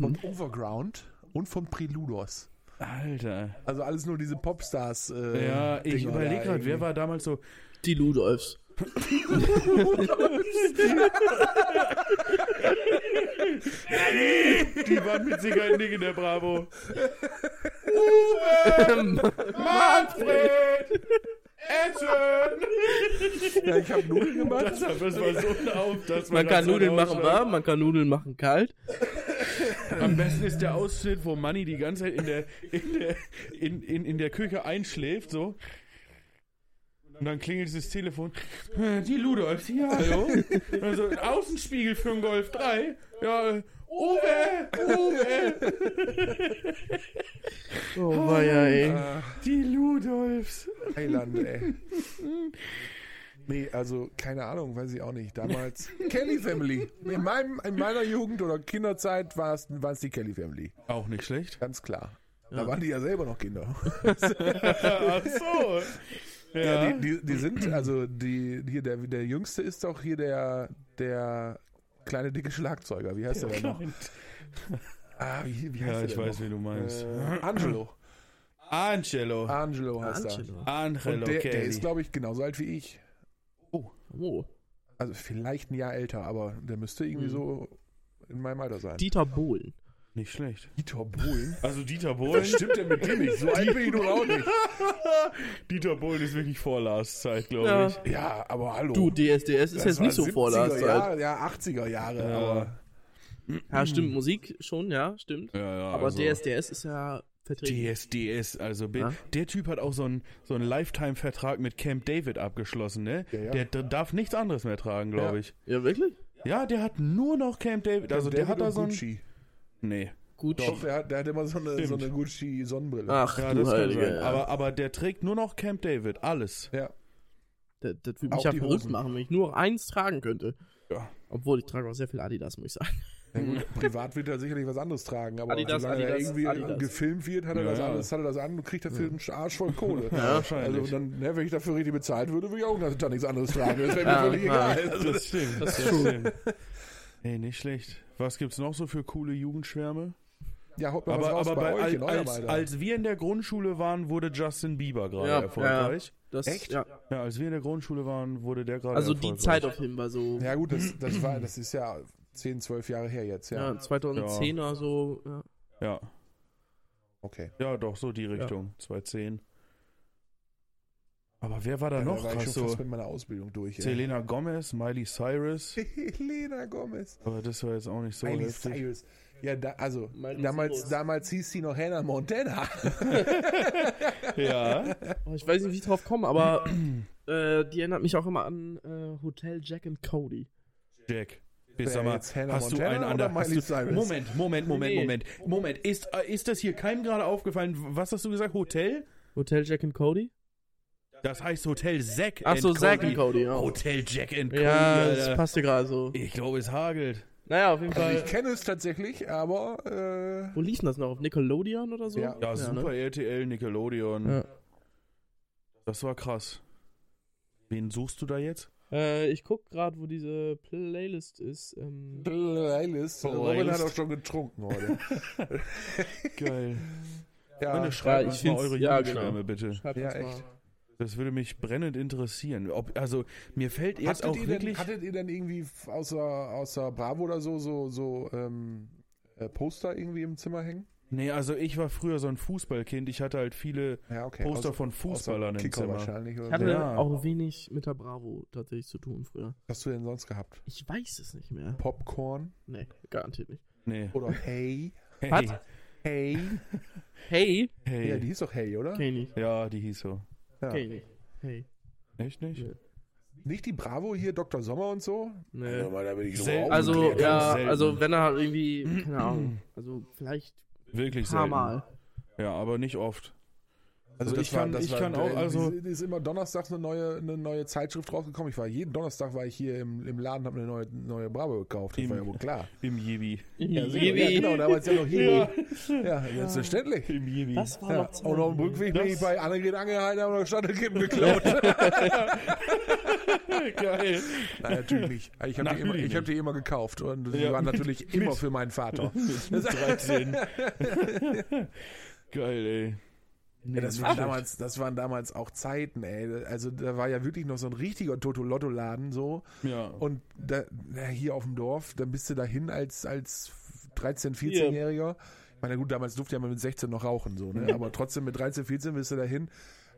S1: von Overground und von Preludos.
S2: Alter.
S1: Also alles nur diese Popstars. Äh,
S2: Ja, ich
S1: Dinger da
S2: überlege gerade, wer
S1: irgendwie.
S2: war damals so.
S3: Die Ludolfs.
S2: Die waren mit Sicherheit nicht in der Bravo. Manfred! Essen!
S1: Ja, ich habe Nudeln gemacht.
S2: Das, das war so ein Auf, dass
S3: Man kann
S2: das dann
S3: Nudeln machen
S2: ausschreibt.
S3: warm, man kann Nudeln machen kalt.
S2: Am besten ist der Ausschnitt, wo Manny die ganze Zeit in der, in der, in, in, in der Küche einschläft, so. Und dann klingelt das Telefon. Äh, Die Ludolfs, hier, hallo. Also, ein Außenspiegel für den Golf 3. Ja, äh, Uwe, Uwe,
S3: Oh, war ja, ey.
S2: die Ludolfs.
S1: Thailand, ey. Nee, also keine Ahnung, weiß ich auch nicht. Damals Kelly Family. In, meinem, in meiner Jugend oder Kinderzeit war es war es die Kelly Family.
S2: Auch nicht schlecht.
S1: Ganz klar. Da waren die ja selber noch Kinder.
S2: Ach so.
S1: Ja,
S2: Ja,
S1: die, die, die sind, also die, hier der, der Jüngste ist doch hier der, der kleine dicke Schlagzeuger. Wie heißt der, denn noch? Ah, wie, wie heißt der
S2: ja ich
S1: denn
S2: weiß,
S1: noch?
S2: wie du meinst.
S1: Äh, Angelo.
S2: Angelo.
S1: Angelo
S2: Ah.
S1: heißt
S3: Angelo.
S1: er.
S2: Angelo
S1: Ah. Und der, der
S2: Kelly.
S1: ist, glaube ich, genauso alt wie ich.
S3: Oh.
S1: Also vielleicht ein Jahr älter, aber der müsste irgendwie so in meinem Alter sein.
S3: Dieter Bohlen.
S2: nicht schlecht.
S1: Dieter Bohlen?
S2: Also Dieter Bohlen.
S1: Stimmt denn mit dem nicht? So alt bin ich nun auch nicht.
S2: Dieter Bohlen ist wirklich Vorlastzeit, glaube
S3: Ja.
S2: ich.
S1: Ja, aber hallo.
S3: Du, DSDS ist
S1: Das
S3: jetzt
S1: war
S3: nicht so
S1: 70er
S3: Vorlastzeit.
S1: Jahre, ja, 80er Jahre.
S2: Ja.
S1: Aber
S3: halt Ja, stimmt, Musik schon, ja, stimmt.
S2: Ja, ja,
S3: Aber
S2: also
S3: DSDS ist ja vertreten.
S2: DSDS, also be-
S3: Ja.
S2: der Typ hat auch so einen so einen Lifetime-Vertrag mit Camp David abgeschlossen, ne?
S1: Ja, ja.
S2: Der d- darf nichts anderes mehr tragen, glaube
S1: Ja.
S2: ich.
S3: Ja, wirklich?
S2: Ja, der hat nur noch Camp David. also der
S1: David
S2: hat da
S1: und
S2: so ein.
S1: Gucci.
S2: Nee.
S3: Gut.
S1: Doch, der hat, der hat immer so eine, so
S2: Stimmt.
S1: eine Gucci-Sonnenbrille.
S3: Ach,
S2: Ja,
S3: du
S2: das kann sein.
S3: Heiliger.
S2: Aber, aber der trägt nur noch Camp David, alles.
S1: Ja.
S3: Das, das würde mich
S1: Auch
S3: ja
S1: die
S3: verrückt
S1: Hosen.
S3: machen, wenn ich nur noch eins tragen könnte.
S2: Ja.
S3: Obwohl, ich trage auch sehr viel Adidas, muss ich sagen.
S1: Na gut, privat wird er sicherlich was anderes tragen, aber
S3: Adidas,
S1: solange er
S3: Adidas,
S1: irgendwie
S3: Adidas.
S1: gefilmt wird, hat er
S2: Ja,
S1: das
S2: ja.
S1: alles, hat er das an und kriegt dafür einen Arsch voll Kohle.
S2: wahrscheinlich.
S1: Also dann, ne, wenn ich dafür richtig bezahlt würde, würde ich auch ganz- dann nichts anderes tragen. Das wäre mir
S3: Ja,
S1: völlig
S3: ja.
S1: egal. Also,
S2: Das stimmt. Das stimmt. Ey, nicht schlecht. Was gibt's noch so für coole Jugendschwärme?
S1: ja, haut mal
S2: Aber,
S1: was raus
S2: aber
S1: bei,
S2: bei,
S1: euch in
S2: als,
S1: eurem
S2: als,
S1: Alter.
S2: als wir in der Grundschule waren, wurde Justin Bieber gerade
S3: Ja,
S2: erfolgreich.
S3: Das,
S1: Echt?
S3: Ja.
S2: Ja. als wir in der Grundschule waren, wurde der gerade
S3: Also die
S2: erfolgreich.
S3: Zeit auf jeden Fall so. Ja,
S1: ja gut, das, das, war, das ist ja 10, 12 Jahre her jetzt, ja.
S3: 2010er so. Ja.
S2: Ja,
S1: Okay.
S2: ja, doch, so die Richtung. 2010. Aber wer war da
S1: Ja,
S2: noch?
S1: da war ich
S2: krass
S1: schon
S2: so?
S1: fast mit meiner Ausbildung durch. ey.
S2: Selena Gomez, Miley Cyrus.
S1: Selena Gomez.
S2: Aber das war jetzt auch nicht so
S1: Miley
S2: heftig.
S1: Cyrus. Ja, da, also,
S3: Miley
S1: damals,
S3: Cyrus.
S1: damals hieß sie noch Hannah Montana.
S2: Ja.
S3: Oh, ich weiß nicht, wie ich drauf komme, aber äh, die erinnert mich auch immer an äh, Hotel Jack and Cody.
S2: Jack.
S1: Wer
S2: Sag mal,
S1: jetzt Hannah
S2: hast du
S1: Montana
S2: einen
S1: oder
S2: anderen? Hast
S1: Miley
S2: du,
S1: Cyrus?
S2: Moment, Moment, Moment,
S3: Nee.
S2: Moment. Moment, ist, äh, ist das hier keinem gerade aufgefallen? Was hast du gesagt? Hotel?
S3: Hotel Jack and Cody?
S2: Das heißt Hotel Zack.
S3: Ach so,
S2: and
S3: Zack
S2: Cody.
S3: and Cody, ja.
S2: Hotel Jack and Cody.
S3: Ja,
S2: Alter.
S3: das passt dir gerade so.
S2: Ich glaube, es hagelt.
S3: Naja, auf jeden
S1: Also ich
S3: Fall.
S1: kenne es tatsächlich, aber
S3: Wo lief denn das noch? Auf Nickelodeon oder so?
S1: Ja.
S2: Ja, super
S3: ne?
S2: RTL, Nickelodeon.
S3: Ja.
S2: Das war krass. Wen suchst du da jetzt?
S3: Äh, ich guck gerade, wo diese Playlist ist. Ähm,
S1: Playlist. Robin
S2: Playlist.
S1: hat auch schon getrunken heute.
S2: Geil.
S1: Ja,
S2: Freunde, schreibt
S3: Ja,
S2: uns
S3: ich
S2: mal
S3: find's-
S2: eure
S3: ja,
S2: Jugendschwärme
S3: genau.
S2: bitte.
S3: schreibt
S1: Ja,
S3: uns mal.
S1: echt.
S2: Das würde mich brennend interessieren. Ob, also mir fällt jetzt
S1: hattet,
S2: auch
S1: ihr denn,
S2: wirklich.
S1: hattet ihr denn irgendwie außer, außer Bravo oder so so, so ähm, äh, Poster irgendwie im Zimmer hängen?
S2: Nee, also ich war früher so ein Fußballkind. Ich hatte halt viele
S1: Ja, okay.
S2: Poster
S1: Außer-
S2: von Fußballern
S1: außer
S2: im
S1: Kicker
S2: Zimmer.
S1: wahrscheinlich. Oder
S3: Ich
S1: so.
S3: hatte
S2: Ja.
S3: auch wenig mit der Bravo tatsächlich zu tun früher.
S1: Was hast du denn sonst gehabt?
S3: Ich weiß es nicht mehr.
S1: Popcorn
S3: Nee, garantiert nicht.
S2: Nee.
S1: oder Hey?
S2: Hey,
S3: Was?
S1: Hey?
S3: Hey?
S2: Hey.
S1: Ja, die hieß doch Hey, oder?
S3: Kenn ich nicht.
S2: ja, die hieß so.
S1: Ja.
S3: Kenn ich nicht. Hey.
S2: Echt nicht?
S3: Nee.
S1: Nicht die Bravo hier, Dr. Sommer und so?
S3: Nee.
S1: aber da bin ich
S2: Sel-
S1: auch
S3: Also,
S1: geklärt.
S3: ja,
S2: selten.
S3: also wenn er halt irgendwie, keine Ahnung, also vielleicht ein
S2: Wirklich
S3: paar
S2: selten.
S3: Mal.
S2: Ja, aber nicht oft.
S1: Also,
S2: ich kann- ich kann auch, also-
S1: Es ist immer donnerstags eine neue, eine neue Zeitschrift rausgekommen. Ich war jeden Donnerstag war ich hier im, im Laden, habe eine neue, neue Bravo gekauft. Das
S2: Im-
S1: war ja wohl klar.
S2: Im Jibi.
S1: Ja, sicher. ja, genau, damals ja noch hier. Ja, selbstverständlich.
S2: Im Jibi.
S3: Das war
S1: Ja,
S3: noch
S1: und auf dem Rückweg bin ich bei Annegret angehalten, haben noch Standelkippen geklaut.
S2: Geil.
S1: Nein, natürlich nicht. Ich habe die, immer-
S2: Natürlich
S1: ich hab die immer gekauft und die
S2: Ja,
S1: waren
S2: mit-
S1: natürlich
S2: mit-
S1: immer für meinen Vater.
S2: Mit 13. Geil, ey.
S1: Ja, das,
S2: nicht
S1: waren
S2: schlecht.
S1: damals, das waren damals auch Zeiten, ey. Also da war ja wirklich noch so ein richtiger Toto-Lotto-Laden so.
S2: Ja.
S1: Und da, na, hier auf dem Dorf, dann bist du dahin als, als 13-, 14-Jähriger. Ich meine, gut, damals durfte ja man mit 16 noch rauchen, so, ne? Aber trotzdem mit 13, 14 bist du dahin.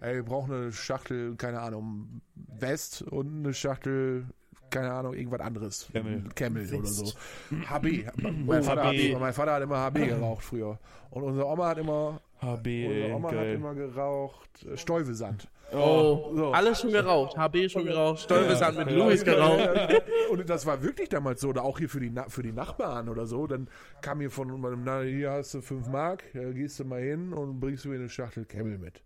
S1: Ey, wir brauchen eine Schachtel, keine Ahnung, West und eine Schachtel, keine Ahnung, irgendwas anderes.
S2: Camel.
S1: Camel oder so. HB. Mein Vater, hat
S2: HB.
S1: immer, mein Vater hat immer HB geraucht früher. Und unsere Oma hat immer,
S2: HB, ey,
S1: unsere Oma hat
S2: geil.
S1: immer geraucht äh, Stäubesand.
S3: Oh,
S1: So.
S3: alles schon geraucht. HB schon geraucht. Stolpesand mit
S2: Ja.
S3: Louis geraucht.
S1: Und das war wirklich damals so, oder auch hier für die, Na- für die Nachbarn oder so. Dann kam hier von meinem Namen, hier hast du 5 Mark, ja, gehst du mal hin und bringst mir eine Schachtel Camel mit.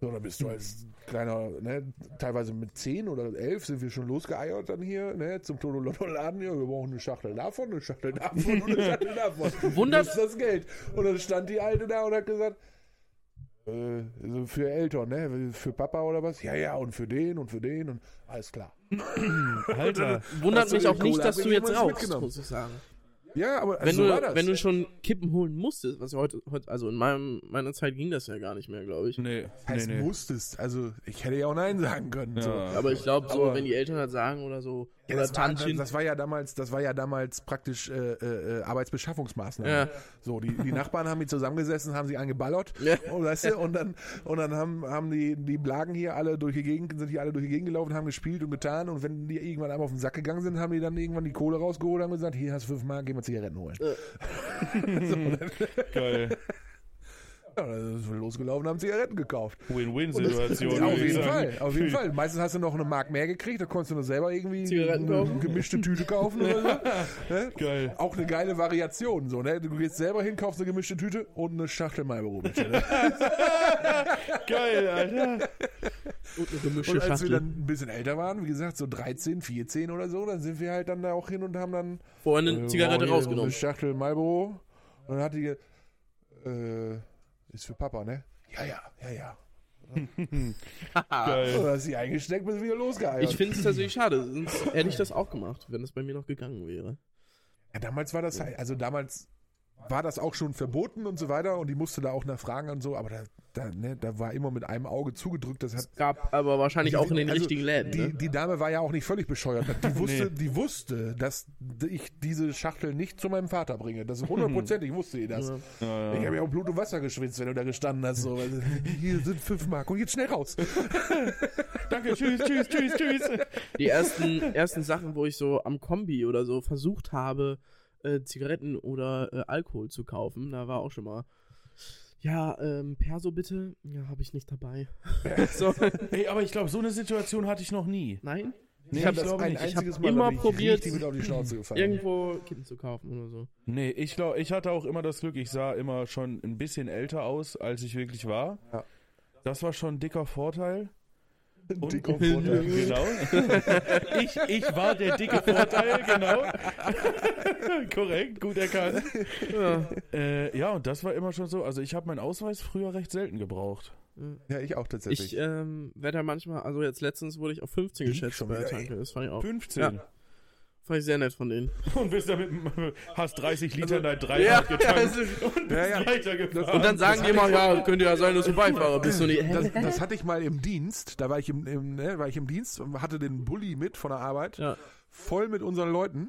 S1: So, da bist du als kleiner, ne, teilweise mit 10 oder 11 sind wir schon losgeeiert dann hier, ne, zum Tololotto-Laden. Ja, wir brauchen eine Schachtel davon, eine Schachtel davon und eine Schachtel davon.
S3: Wundert-
S1: Das ist das Geld. Und dann stand die Alte da und hat gesagt, äh, so für Eltern, ne? Für Papa oder was? Ja, ja, und für den und für den und alles klar.
S2: Alter.
S3: Wundert
S1: Hast du
S3: mich
S1: den
S3: auch nicht,
S1: Cola?
S3: dass
S1: Hab
S3: du
S1: ich
S3: jetzt
S1: jemals
S3: rauchst,
S1: mitgenommen.
S3: muss ich sagen.
S1: Ja, aber
S3: Wenn,
S1: so war
S3: du,
S1: das.
S3: wenn du schon Kippen holen musstest, was ja heute, heute also in meinem, meiner Zeit ging das ja gar nicht mehr, glaube ich.
S2: Nee, nee,
S1: heißt,
S2: nee.
S1: musstest. Also, ich hätte ja auch Nein sagen können. So.
S2: Ja.
S3: Aber ich glaube, so,
S1: Aber-
S3: wenn die Eltern das sagen oder so,
S1: Ja,
S3: oder
S1: das, war,
S3: Tantchen.
S1: das war ja damals, das war ja damals praktisch äh, äh, äh, Arbeitsbeschaffungsmaßnahmen.
S3: Ja.
S1: So, die, die Nachbarn haben hier zusammengesessen, haben sich angeballert,
S3: Ja.
S1: und, weißt du, und dann, und dann haben, haben die, die Blagen hier alle durch die Gegend, sind hier alle durch die Gegend gelaufen, haben gespielt und getan und wenn die irgendwann einmal auf den Sack gegangen sind, haben die dann irgendwann die Kohle rausgeholt und haben gesagt, hier hast du fünf Mark, geh mal Zigaretten holen.
S3: Äh.
S2: Geil.
S1: Ja, dann sind wir losgelaufen, haben Zigaretten gekauft.
S2: Win-Win-Situation.
S1: Ja, auf
S2: würde ich
S1: jeden
S2: sagen.
S1: Fall, auf jeden Fall. Meistens hast du noch eine Mark mehr gekriegt, da konntest du nur selber irgendwie
S3: Zigaretten
S1: eine
S3: kaufen.
S1: gemischte Tüte kaufen oder so. ne?
S2: Geil.
S1: Auch eine geile Variation, so, ne? Du gehst selber hin, kaufst eine gemischte Tüte und eine Schachtel Marlboro bitte, ne?
S2: Geil, Alter.
S3: und eine gemischte
S1: Und als wir
S3: Schachtel.
S1: dann ein bisschen älter waren, wie gesagt, so 13, 14 oder so, dann sind wir halt dann da auch hin und haben dann
S3: Vorhin eine
S1: äh, wow,
S3: Zigarette
S1: hier Eine
S3: rausgenommen.
S1: Schachtel Marlboro. Und dann hat die, ge- äh, ist für Papa, ne? Ja, ja, ja, ja. Und
S2: Geil.
S1: dann ist sie eingesteckt, bis wieder losgeeiert.
S3: Äh. Ich finde es tatsächlich schade, sonst hätte ich das auch gemacht, wenn das bei mir noch gegangen wäre.
S1: Ja, damals war das halt, also damals war das auch schon verboten und so weiter und die musste da auch nachfragen und so, aber da, da, ne, da war immer mit einem Auge zugedrückt, das hat
S3: Gab aber wahrscheinlich auch in den
S1: Also,
S3: richtigen Läden.
S1: Die,
S3: Ne?
S1: die Dame war ja auch nicht völlig bescheuert. Die wusste,
S2: Nee.
S1: die wusste, dass ich diese Schachtel nicht zu meinem Vater bringe. Das ist hundertprozentig wusste sie das.
S2: Ja,
S1: Ich
S2: ja.
S1: habe ja auch Blut und Wasser geschwitzt, wenn du da gestanden hast. So. Also, Hier sind fünf Mark und jetzt schnell raus.
S2: Danke, tschüss, tschüss, tschüss, tschüss.
S3: Die ersten, ersten Sachen, wo ich so am Kombi oder so versucht habe, äh, Zigaretten oder äh, Alkohol zu kaufen, da war auch schon mal. Ja, ähm, Perso bitte. Ja, habe ich nicht dabei. so,
S2: Ey, aber ich glaube, so eine Situation hatte ich noch nie.
S3: nein,
S2: Nee,
S1: ich habe
S2: ich
S1: das
S2: glaube
S1: ein
S2: nicht. Ich
S1: einziges
S3: hab
S1: Mal
S3: immer
S1: da bin ich
S3: probiert,
S1: richtig mit auf die Schnauze gefallen.
S3: irgendwo Kippen zu kaufen oder so.
S2: Nee, ich glaube, ich hatte auch immer das Glück, ich sah immer schon ein bisschen älter aus, als ich wirklich war.
S1: Ja.
S2: Das war schon ein dicker Vorteil. Und-
S1: Dick und Vorteil.
S2: Genau. ich, ich war der dicke Vorteil, genau. Korrekt, gut erkannt.
S3: Ja,
S2: Äh, ja, und das war immer schon so. Also ich habe meinen Ausweis früher recht selten gebraucht.
S1: Ja, ich auch tatsächlich.
S3: Ich ähm, werde da manchmal, also jetzt letztens wurde ich auf 15
S1: Die
S3: geschätzt
S1: Hm, schon
S3: bei der
S1: wieder, ey.
S3: Tanke. Das fand ich auch
S2: 15.
S3: fand ich sehr nett von denen.
S2: Und bist damit, hast 30
S1: Also,
S2: Liter in dein
S3: Ja,
S2: Dreirad getankt und bist
S1: Ja, ja.
S2: weitergefahren.
S3: Und dann sagen die immer, ja, könnte ja sein, dass du Beifahrer bist. Und die,
S1: Äh, das, das hatte ich mal im Dienst. Da war ich im, im, ne, war ich im Dienst und hatte den Bulli mit von der Arbeit.
S3: ja.
S1: voll mit unseren Leuten,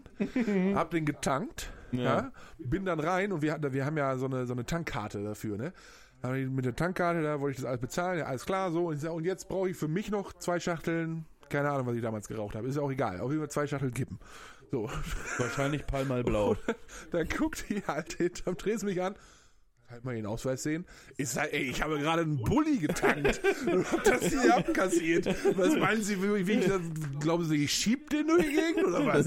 S1: hab den getankt, ja. bin dann rein und wir, hatten- wir haben ja so eine, so eine Tankkarte dafür, ne? Da hab ich Mit der Tankkarte, da wollte ich das alles bezahlen, ja, alles klar, so. Und, ich sag, und jetzt brauche ich für mich noch zwei Schachteln, keine Ahnung, was ich damals geraucht habe, ist ja auch egal, auf jeden Fall zwei Schachteln kippen. So,
S2: Wahrscheinlich Palmal Blau.
S1: dann guckt die halt hinterm Tresen mich an. Halt mal den Ausweis sehen. Ich sag, ey, ich habe gerade einen Bulli getankt und hab das hier abkassiert. Was meinen Sie, wie wie ich das, glauben Sie, ich schieb den durch die Gegend oder was?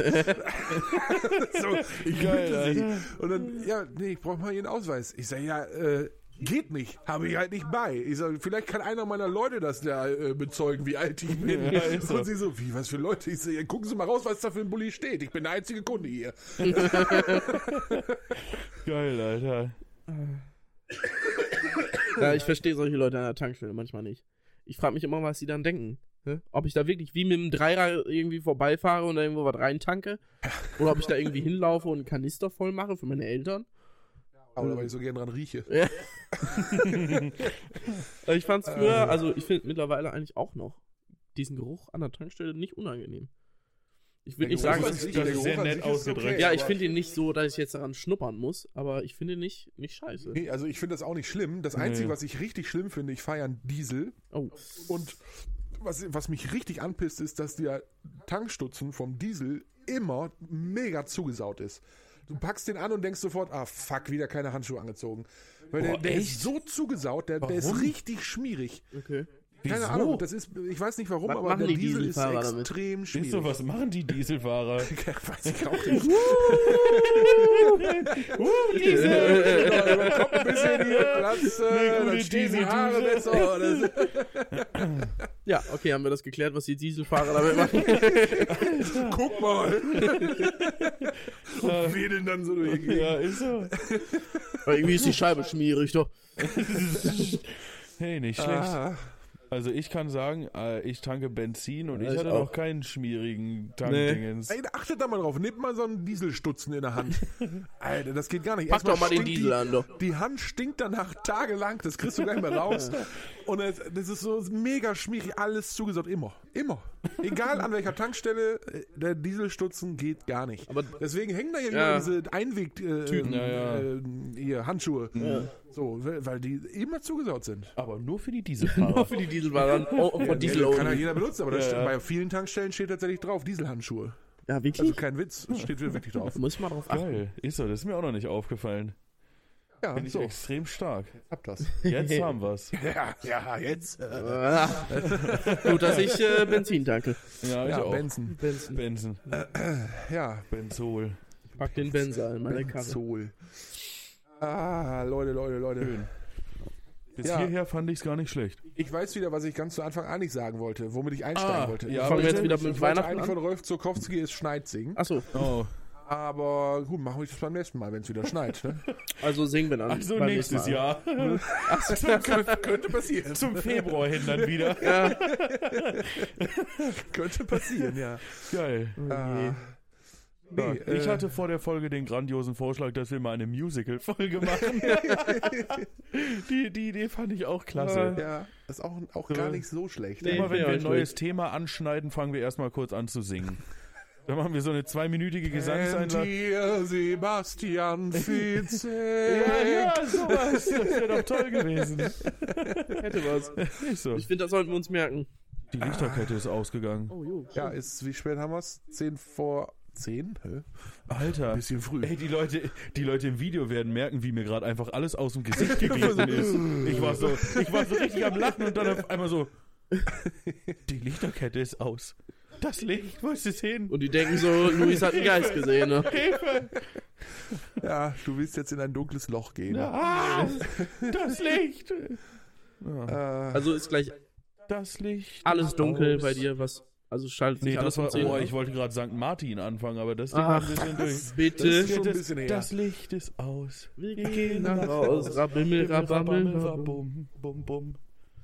S1: so, ich bitte Sie. Und dann, ja, nee, ich brauche mal Ihren Ausweis. Ich sag, ja, äh, geht nicht. Habe ich halt nicht bei. Ich sag, vielleicht kann einer meiner Leute das da äh, bezeugen, wie alt ich bin.
S2: Ja, ist so.
S1: Und sie so, wie, was für Leute? Ich sag, ja, gucken Sie mal raus, was da für ein Bulli steht. Ich bin der einzige Kunde hier.
S2: Geil, Alter.
S3: ja, ich verstehe solche Leute an der Tankstelle manchmal nicht. Ich frage mich immer, was sie dann denken. Ne? Ob ich da wirklich wie mit dem Dreirad irgendwie vorbeifahre und da irgendwo was reintanke. Oder ob ich da irgendwie hinlaufe und einen Kanister voll mache für meine Eltern.
S1: Aber weil ich so gern dran rieche.
S3: Äh, Ich fand's früher, also ich finde mittlerweile eigentlich auch noch diesen Geruch an der Tankstelle nicht unangenehm. Ich will
S1: Der
S3: nicht
S1: Geruch
S3: sagen,
S1: an
S3: dass
S2: es-
S1: sich-
S3: ich,
S1: der
S2: das ist
S1: Geruch
S2: sehr
S1: an
S2: nett
S1: sich ist
S2: ausgedrückt.
S3: ja,
S1: aber-
S3: ich finde ihn nicht so, dass ich jetzt daran schnuppern muss, aber ich finde ihn nicht, nicht scheiße.
S1: Nee, also ich finde das auch nicht schlimm. Das Einzige,
S2: Nee.
S1: was ich richtig schlimm finde, ich feiere einen Diesel.
S3: Oh.
S1: Und was, was mich richtig anpisst, ist, dass der Tankstutzen vom Diesel immer mega zugesaut ist. Du packst den an und denkst sofort, ah fuck, wieder keine Handschuhe angezogen. Weil der,
S2: Boah,
S1: der ist
S2: echt?
S1: so zugesaut, der, der ist
S2: Warum?
S1: richtig schmierig.
S3: Okay.
S1: Keine
S2: Wieso?
S1: Ahnung, das ist, ich weiß nicht warum,
S3: Was
S1: aber
S3: machen
S1: der
S3: die
S1: Diesel ist
S3: Dieselfahrer damit?
S1: extrem schmierig.
S2: Siehst du, was machen die Dieselfahrer?
S1: weiß ich auch nicht.
S2: uh,
S1: Diesel, genau, über den Kopf ein bisschen hier, Platze,
S2: Eine gute
S1: dann stehen die
S2: Dieseldüse.
S1: Haare besser. Oder so.
S3: Ja, okay, haben wir das geklärt, was die Dieselfahrer damit machen.
S1: Guck mal. und wedeln dann so durch. die
S2: Ja, ist so.
S3: Aber irgendwie ist die Scheibe schmierig, doch.
S2: Hey, nicht schlecht.
S1: Ah,
S2: Also ich kann sagen, äh, ich tanke Benzin und
S3: Ja,
S2: ich,
S3: ich
S2: hatte
S3: auch.
S2: noch keinen schmierigen Tankdingens.
S1: ey, achtet da mal drauf. Nehmt mal so einen Dieselstutzen in der Hand. Alter, das geht gar nicht.
S3: Pack doch mal den
S1: stinkt
S3: Diesel an, doch.
S1: Die Hand stinkt danach tagelang. Das kriegst du gar nicht mehr raus. Und es, das ist so mega schmierig. Alles zugesaugt. Immer. Immer. Egal an welcher Tankstelle, äh, der Dieselstutzen geht gar nicht.
S3: Aber
S1: Deswegen hängen da ja,
S3: Ja.
S1: immer diese Einweg äh,
S2: Tüten, ja, ja.
S1: äh, hier, Handschuhe. So, weil weil die immer zugesaut sind.
S2: Aber nur für die
S3: nur
S2: Dieselfahrer.
S3: für die Dieselfahrer. Oh, oh, von Diesel
S1: Ja, kann ja
S3: ja,
S1: jeder benutzen, aber da
S2: Ja,
S1: steht,
S2: ja.
S1: bei vielen Tankstellen steht tatsächlich drauf Dieselhandschuhe.
S3: ja,
S1: Also
S3: wirklich?
S1: kein Witz, es steht wirklich drauf.
S3: Muss ich mal drauf achten.
S2: Geil. Ist so, das ist mir auch noch nicht aufgefallen.
S1: Ja,
S2: Bin ich
S1: so,
S2: extrem stark.
S1: hab das.
S2: Jetzt haben wir's.
S1: Ja, ja, jetzt. Äh,
S3: Ah. Gut, dass ich äh, Benzin tanke.
S2: Ja, ich
S1: ja,
S2: auch.
S1: Benson.
S3: Benzin.
S2: Benson.
S1: Ja,
S2: Benzol.
S3: Ich pack den Benzer in meine Karre.
S1: Sol. Ah, Leute, Leute, Leute.
S2: Bis
S1: Ja.
S2: hierher fand ich's gar nicht schlecht.
S1: Ich weiß wieder, was ich ganz zu Anfang eigentlich sagen wollte, womit ich einsteigen
S2: Ah,
S1: wollte.
S2: ja,
S1: ich
S3: Fangen wir
S1: wollte-
S3: jetzt wieder mit
S1: ich wollte
S3: Weihnachten
S1: eigentlich
S3: an?
S1: von Rolf Zukowski ist Schneid singen.
S3: Achso,
S2: Oh.
S1: Aber gut, machen wir das beim nächsten Mal, wenn es wieder schneit. Ne?
S3: also singen wir dann.
S2: Also
S3: beim
S2: nächstes
S3: nächsten Mal.
S2: Jahr.
S1: könnte passieren.
S2: Zum Februar hin dann wieder.
S1: Könnte passieren, ja.
S2: Geil.
S1: Ah.
S2: Ja,
S1: Nee,
S2: ich
S1: äh,
S2: hatte vor der Folge den grandiosen Vorschlag, dass wir mal eine Musical-Folge machen. die, die Idee fand ich auch klasse.
S1: äh, Ja, ist auch, auch gar
S2: Äh,
S1: nicht so schlecht.
S3: nee.
S2: Immer wenn wir
S3: Ja,
S2: ein
S3: ich
S2: neues Thema anschneiden, fangen wir erstmal kurz an zu singen. Dann machen wir so eine zweiminütige Gesangseinlage.
S1: dir Sebastian
S2: Ja,
S1: Fitzek.
S2: ja, sowas. Das wäre doch toll gewesen.
S3: Hätte was.
S2: Nicht so.
S3: Ich finde, das sollten wir uns merken.
S2: Die Lichterkette ist ausgegangen.
S3: Oh, jo.
S1: Ja, ist, wie spät haben wir es? 10 vor 10? Hä?
S2: Alter.
S1: Bisschen früh.
S2: Ey, die Leute, die Leute im Video werden merken, wie mir gerade einfach alles aus dem Gesicht geglitten ist. Ich war, so, ich war so richtig am Lachen und dann auf einmal so, die Lichterkette ist aus. Das Licht, wo ist es hin?
S3: Und die denken so, Luis hat einen Geist gesehen, ne?
S1: Ja, du willst jetzt in ein dunkles Loch gehen.
S2: Ah, das Licht.
S1: Äh,
S3: Also ist gleich
S2: Das Licht.
S3: alles
S2: ist
S3: dunkel
S2: aus.
S3: bei dir, was. Also schaltet sich
S2: Nee,
S3: alles
S2: das war,
S3: um
S2: oh,
S3: 10.
S2: ich wollte gerade St. Martin anfangen, aber das Ding war ein
S3: Ach,
S2: bisschen durch.
S1: Ah. Das ist
S3: bitte.
S1: schon ein
S2: Das-
S1: bisschen her. genau.
S2: Das Licht ist aus.
S3: Wir
S2: gehen
S3: gehen nach
S2: nach
S3: raus.
S2: Haus.
S3: Rabimmel, rabammel, rabum.
S2: Bum, bum, bum.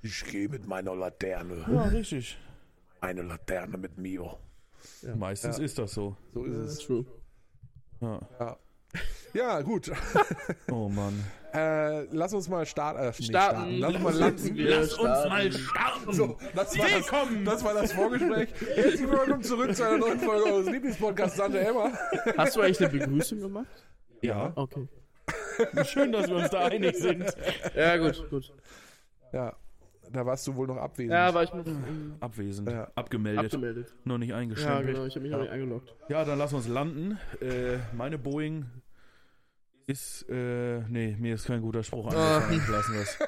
S1: Ich gehe mit meiner Laterne.
S2: Ja, richtig.
S1: Eine Laterne mit mir.
S2: Meistens ist das so.
S1: So ist
S3: Das
S1: es.
S3: ist true.
S2: Ja.
S1: Ja, gut.
S2: Oh Mann.
S1: Äh, lass uns mal start, äh, nee,
S3: Starten.
S1: starten. Lass uns mal landen.
S3: Lass uns mal
S1: So, das war das, das war das Vorgespräch. Herzlich willkommen zurück zu einer neuen Folge eures Lieblingspodcasts Sande Emma.
S3: Hast du eigentlich eine Begrüßung gemacht?
S2: Ja,
S3: Okay.
S2: schön, dass wir uns da einig sind.
S3: Ja, gut, gut.
S1: Ja, da warst du wohl noch abwesend.
S3: Ja, war ich noch ähm,
S2: Abwesend,
S1: Ja.
S2: abgemeldet,
S3: abgemeldet.
S2: noch nicht
S3: Ja,
S2: eingeschränkt. Ja,
S3: genau, ich habe mich noch nicht eingeloggt.
S2: dann lass uns landen. Äh, meine Boeing ist, äh, nee, mir ist kein guter Spruch eingefallen. Lassen wir's.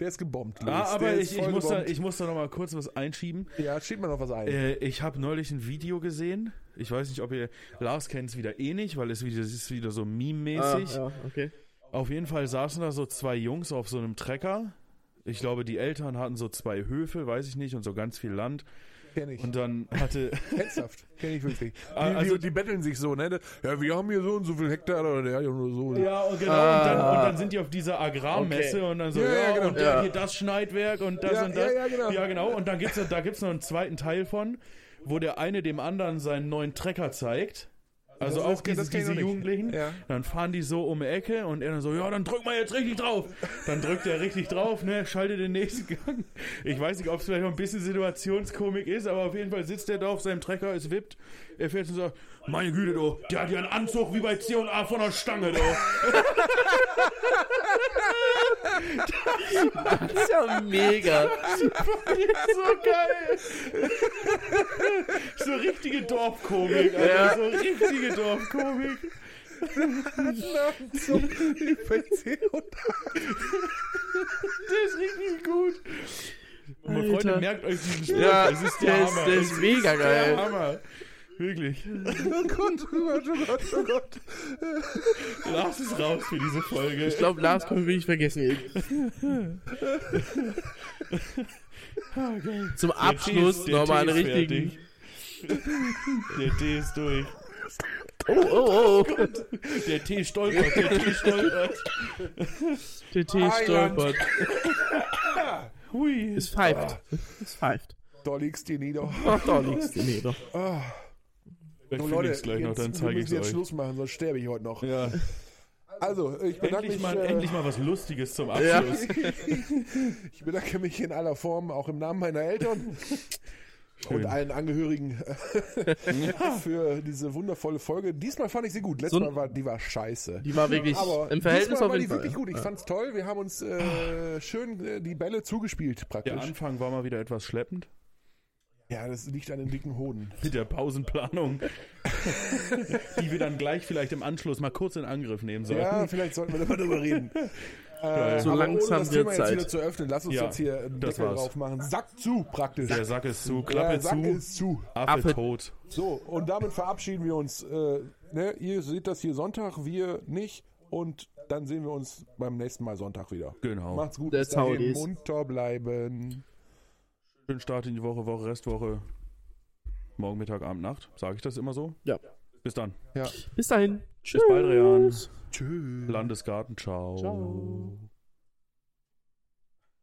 S1: Der ist gebombt. Luis.
S2: Ah, aber
S1: Ah. Der
S2: ich,
S1: ist
S2: ich,
S1: voll
S2: muss da,
S1: gebombt.
S2: ich muss da noch mal kurz was einschieben.
S1: ja, schiebt mir noch was ein.
S2: Äh, ich habe neulich ein Video gesehen. Ich weiß nicht, ob ihr Lars kennt es wieder eh nicht, weil es wieder, es ist wieder so
S3: Ah,
S2: meme-mäßig.
S3: ja, okay.
S2: Auf jeden Fall saßen da so zwei Jungs auf so einem Trecker. Ich glaube, die Eltern hatten so zwei Höfe, weiß ich nicht, und so ganz viel Land.
S1: Kenn ich.
S2: Und dann hatte,
S1: Ernsthaft. Kenn ich wirklich. Die,
S2: Ah, also-
S1: die, die betteln sich so, ne? Ja, wir haben hier so und so viel Hektar oder der hat ja nur so.
S2: Ja, und genau. Und, dann, und dann sind die auf dieser Agrarmesse und dann so,
S1: Ja,
S2: ja,
S1: ja, genau.
S2: und dann
S3: Ja.
S2: hier das Schneidwerk und das
S1: Ja,
S2: und das.
S1: ja, ja, genau.
S2: Und dann gibt's, da gibt's noch einen zweiten Teil von, wo der eine dem anderen seinen neuen Trecker zeigt. Also
S1: Das-
S2: auch
S1: das kenn-
S2: diese,
S1: das kenn ich
S2: diese
S1: noch nicht.
S2: Jugendlichen.
S1: Ja.
S2: Dann fahren die so um die Ecke und er dann so, ja, dann drück mal jetzt richtig drauf. Dann drückt er richtig drauf, ne, schaltet den nächsten Gang. Ich weiß nicht, ob es vielleicht noch ein bisschen Situationskomik ist, aber auf jeden Fall sitzt er da auf seinem Trecker, es wippt. Er fährt und sagt, meine Güte, du, der hat ja einen Anzug wie bei C&A von der Stange, du.
S3: Das ist ja mega.
S2: so geil. so richtige Dorfkomik, Alter.
S3: Ja.
S2: So richtige Dorfkomik.
S1: So, die PC und
S2: Das ist richtig gut. Und meine
S3: Alter.
S2: Freunde, merkt euch diesen Spruch.
S3: Ja,
S2: das ist
S3: der
S2: der
S3: ist-
S2: Hammer.
S3: der ist
S2: Das
S3: mega geil.
S2: Der Hammer. Wirklich.
S1: oh Gott, oh Gott, oh Gott, oh Gott.
S2: Lass es raus für diese Folge.
S3: Ich glaube, Lars können wir nicht vergessen. Ah, Zum Abschluss nochmal einen richtigen.
S2: Der Tee ist durch.
S3: Oh, oh, oh.
S2: Der Tee stolpert, der Tee stolpert.
S3: Der Tee
S1: Island.
S3: stolpert.
S2: Hui.
S3: Es pfeift. Es pfeift.
S1: Da liegst du nieder.
S3: Ach, da liegst du. Nee, Ah. doch.
S1: Ah.
S2: Vielleicht
S1: So,
S2: finde
S1: Leute,
S2: ich es gleich
S1: jetzt,
S2: noch, dann
S1: wir
S2: zeige ich
S1: müssen jetzt
S2: es euch.
S1: Schluss machen, sonst sterbe ich heute noch.
S2: Ja.
S1: Also, ich bedanke
S2: Endlich
S1: mich.
S2: mal,
S1: äh,
S2: endlich mal was Lustiges zum Abschluss.
S1: Ich bedanke mich in aller Form, auch im Namen meiner Eltern und allen Angehörigen für diese wundervolle Folge. Diesmal fand ich sie gut. Letztes
S3: So ein-
S1: Mal war die war scheiße.
S3: Die war wirklich
S1: Aber
S3: im Verhältnis
S1: diesmal
S3: auf
S1: war die
S3: jeden Fall.
S1: wirklich gut. Ich fand's toll. Wir haben uns äh, schön äh, die Bälle zugespielt
S2: Der
S1: praktisch.
S2: Anfang war mal wieder etwas schleppend.
S1: Ja, das liegt an den dicken Hoden.
S2: Mit der Pausenplanung, die wir dann gleich vielleicht im Anschluss mal kurz in Angriff nehmen sollten.
S1: Ja, vielleicht sollten wir darüber reden. Äh,
S3: So
S1: aber
S3: langsam
S1: ohne das
S3: wird
S1: Thema jetzt
S3: Zeit.
S1: wieder zu öffnen. Lass uns
S2: Ja,
S1: jetzt hier einen
S2: das
S1: Deckel
S2: war's.
S1: drauf machen. Sack zu praktisch.
S2: Der Sack ist zu, Klappe
S1: Der Sack
S2: zu,
S1: ist zu.
S2: Affe,
S3: Affe-
S2: tot.
S1: So, und damit verabschieden wir uns. Äh, ne, ihr seht das hier Sonntag, wir nicht. Und dann sehen wir uns beim nächsten Mal Sonntag wieder.
S2: Genau.
S1: Macht's gut,
S3: That's how it is.
S1: munter bleiben.
S2: Schönen Start in die Woche, Woche, Restwoche. Morgen, Mittag, Abend, Nacht. Sage ich das immer so?
S3: Ja.
S2: Bis dann.
S3: Bis dahin. Tschüss.
S2: Baldrian.
S1: Tschüss.
S2: Landesgarten. Ciao.
S3: Ciao.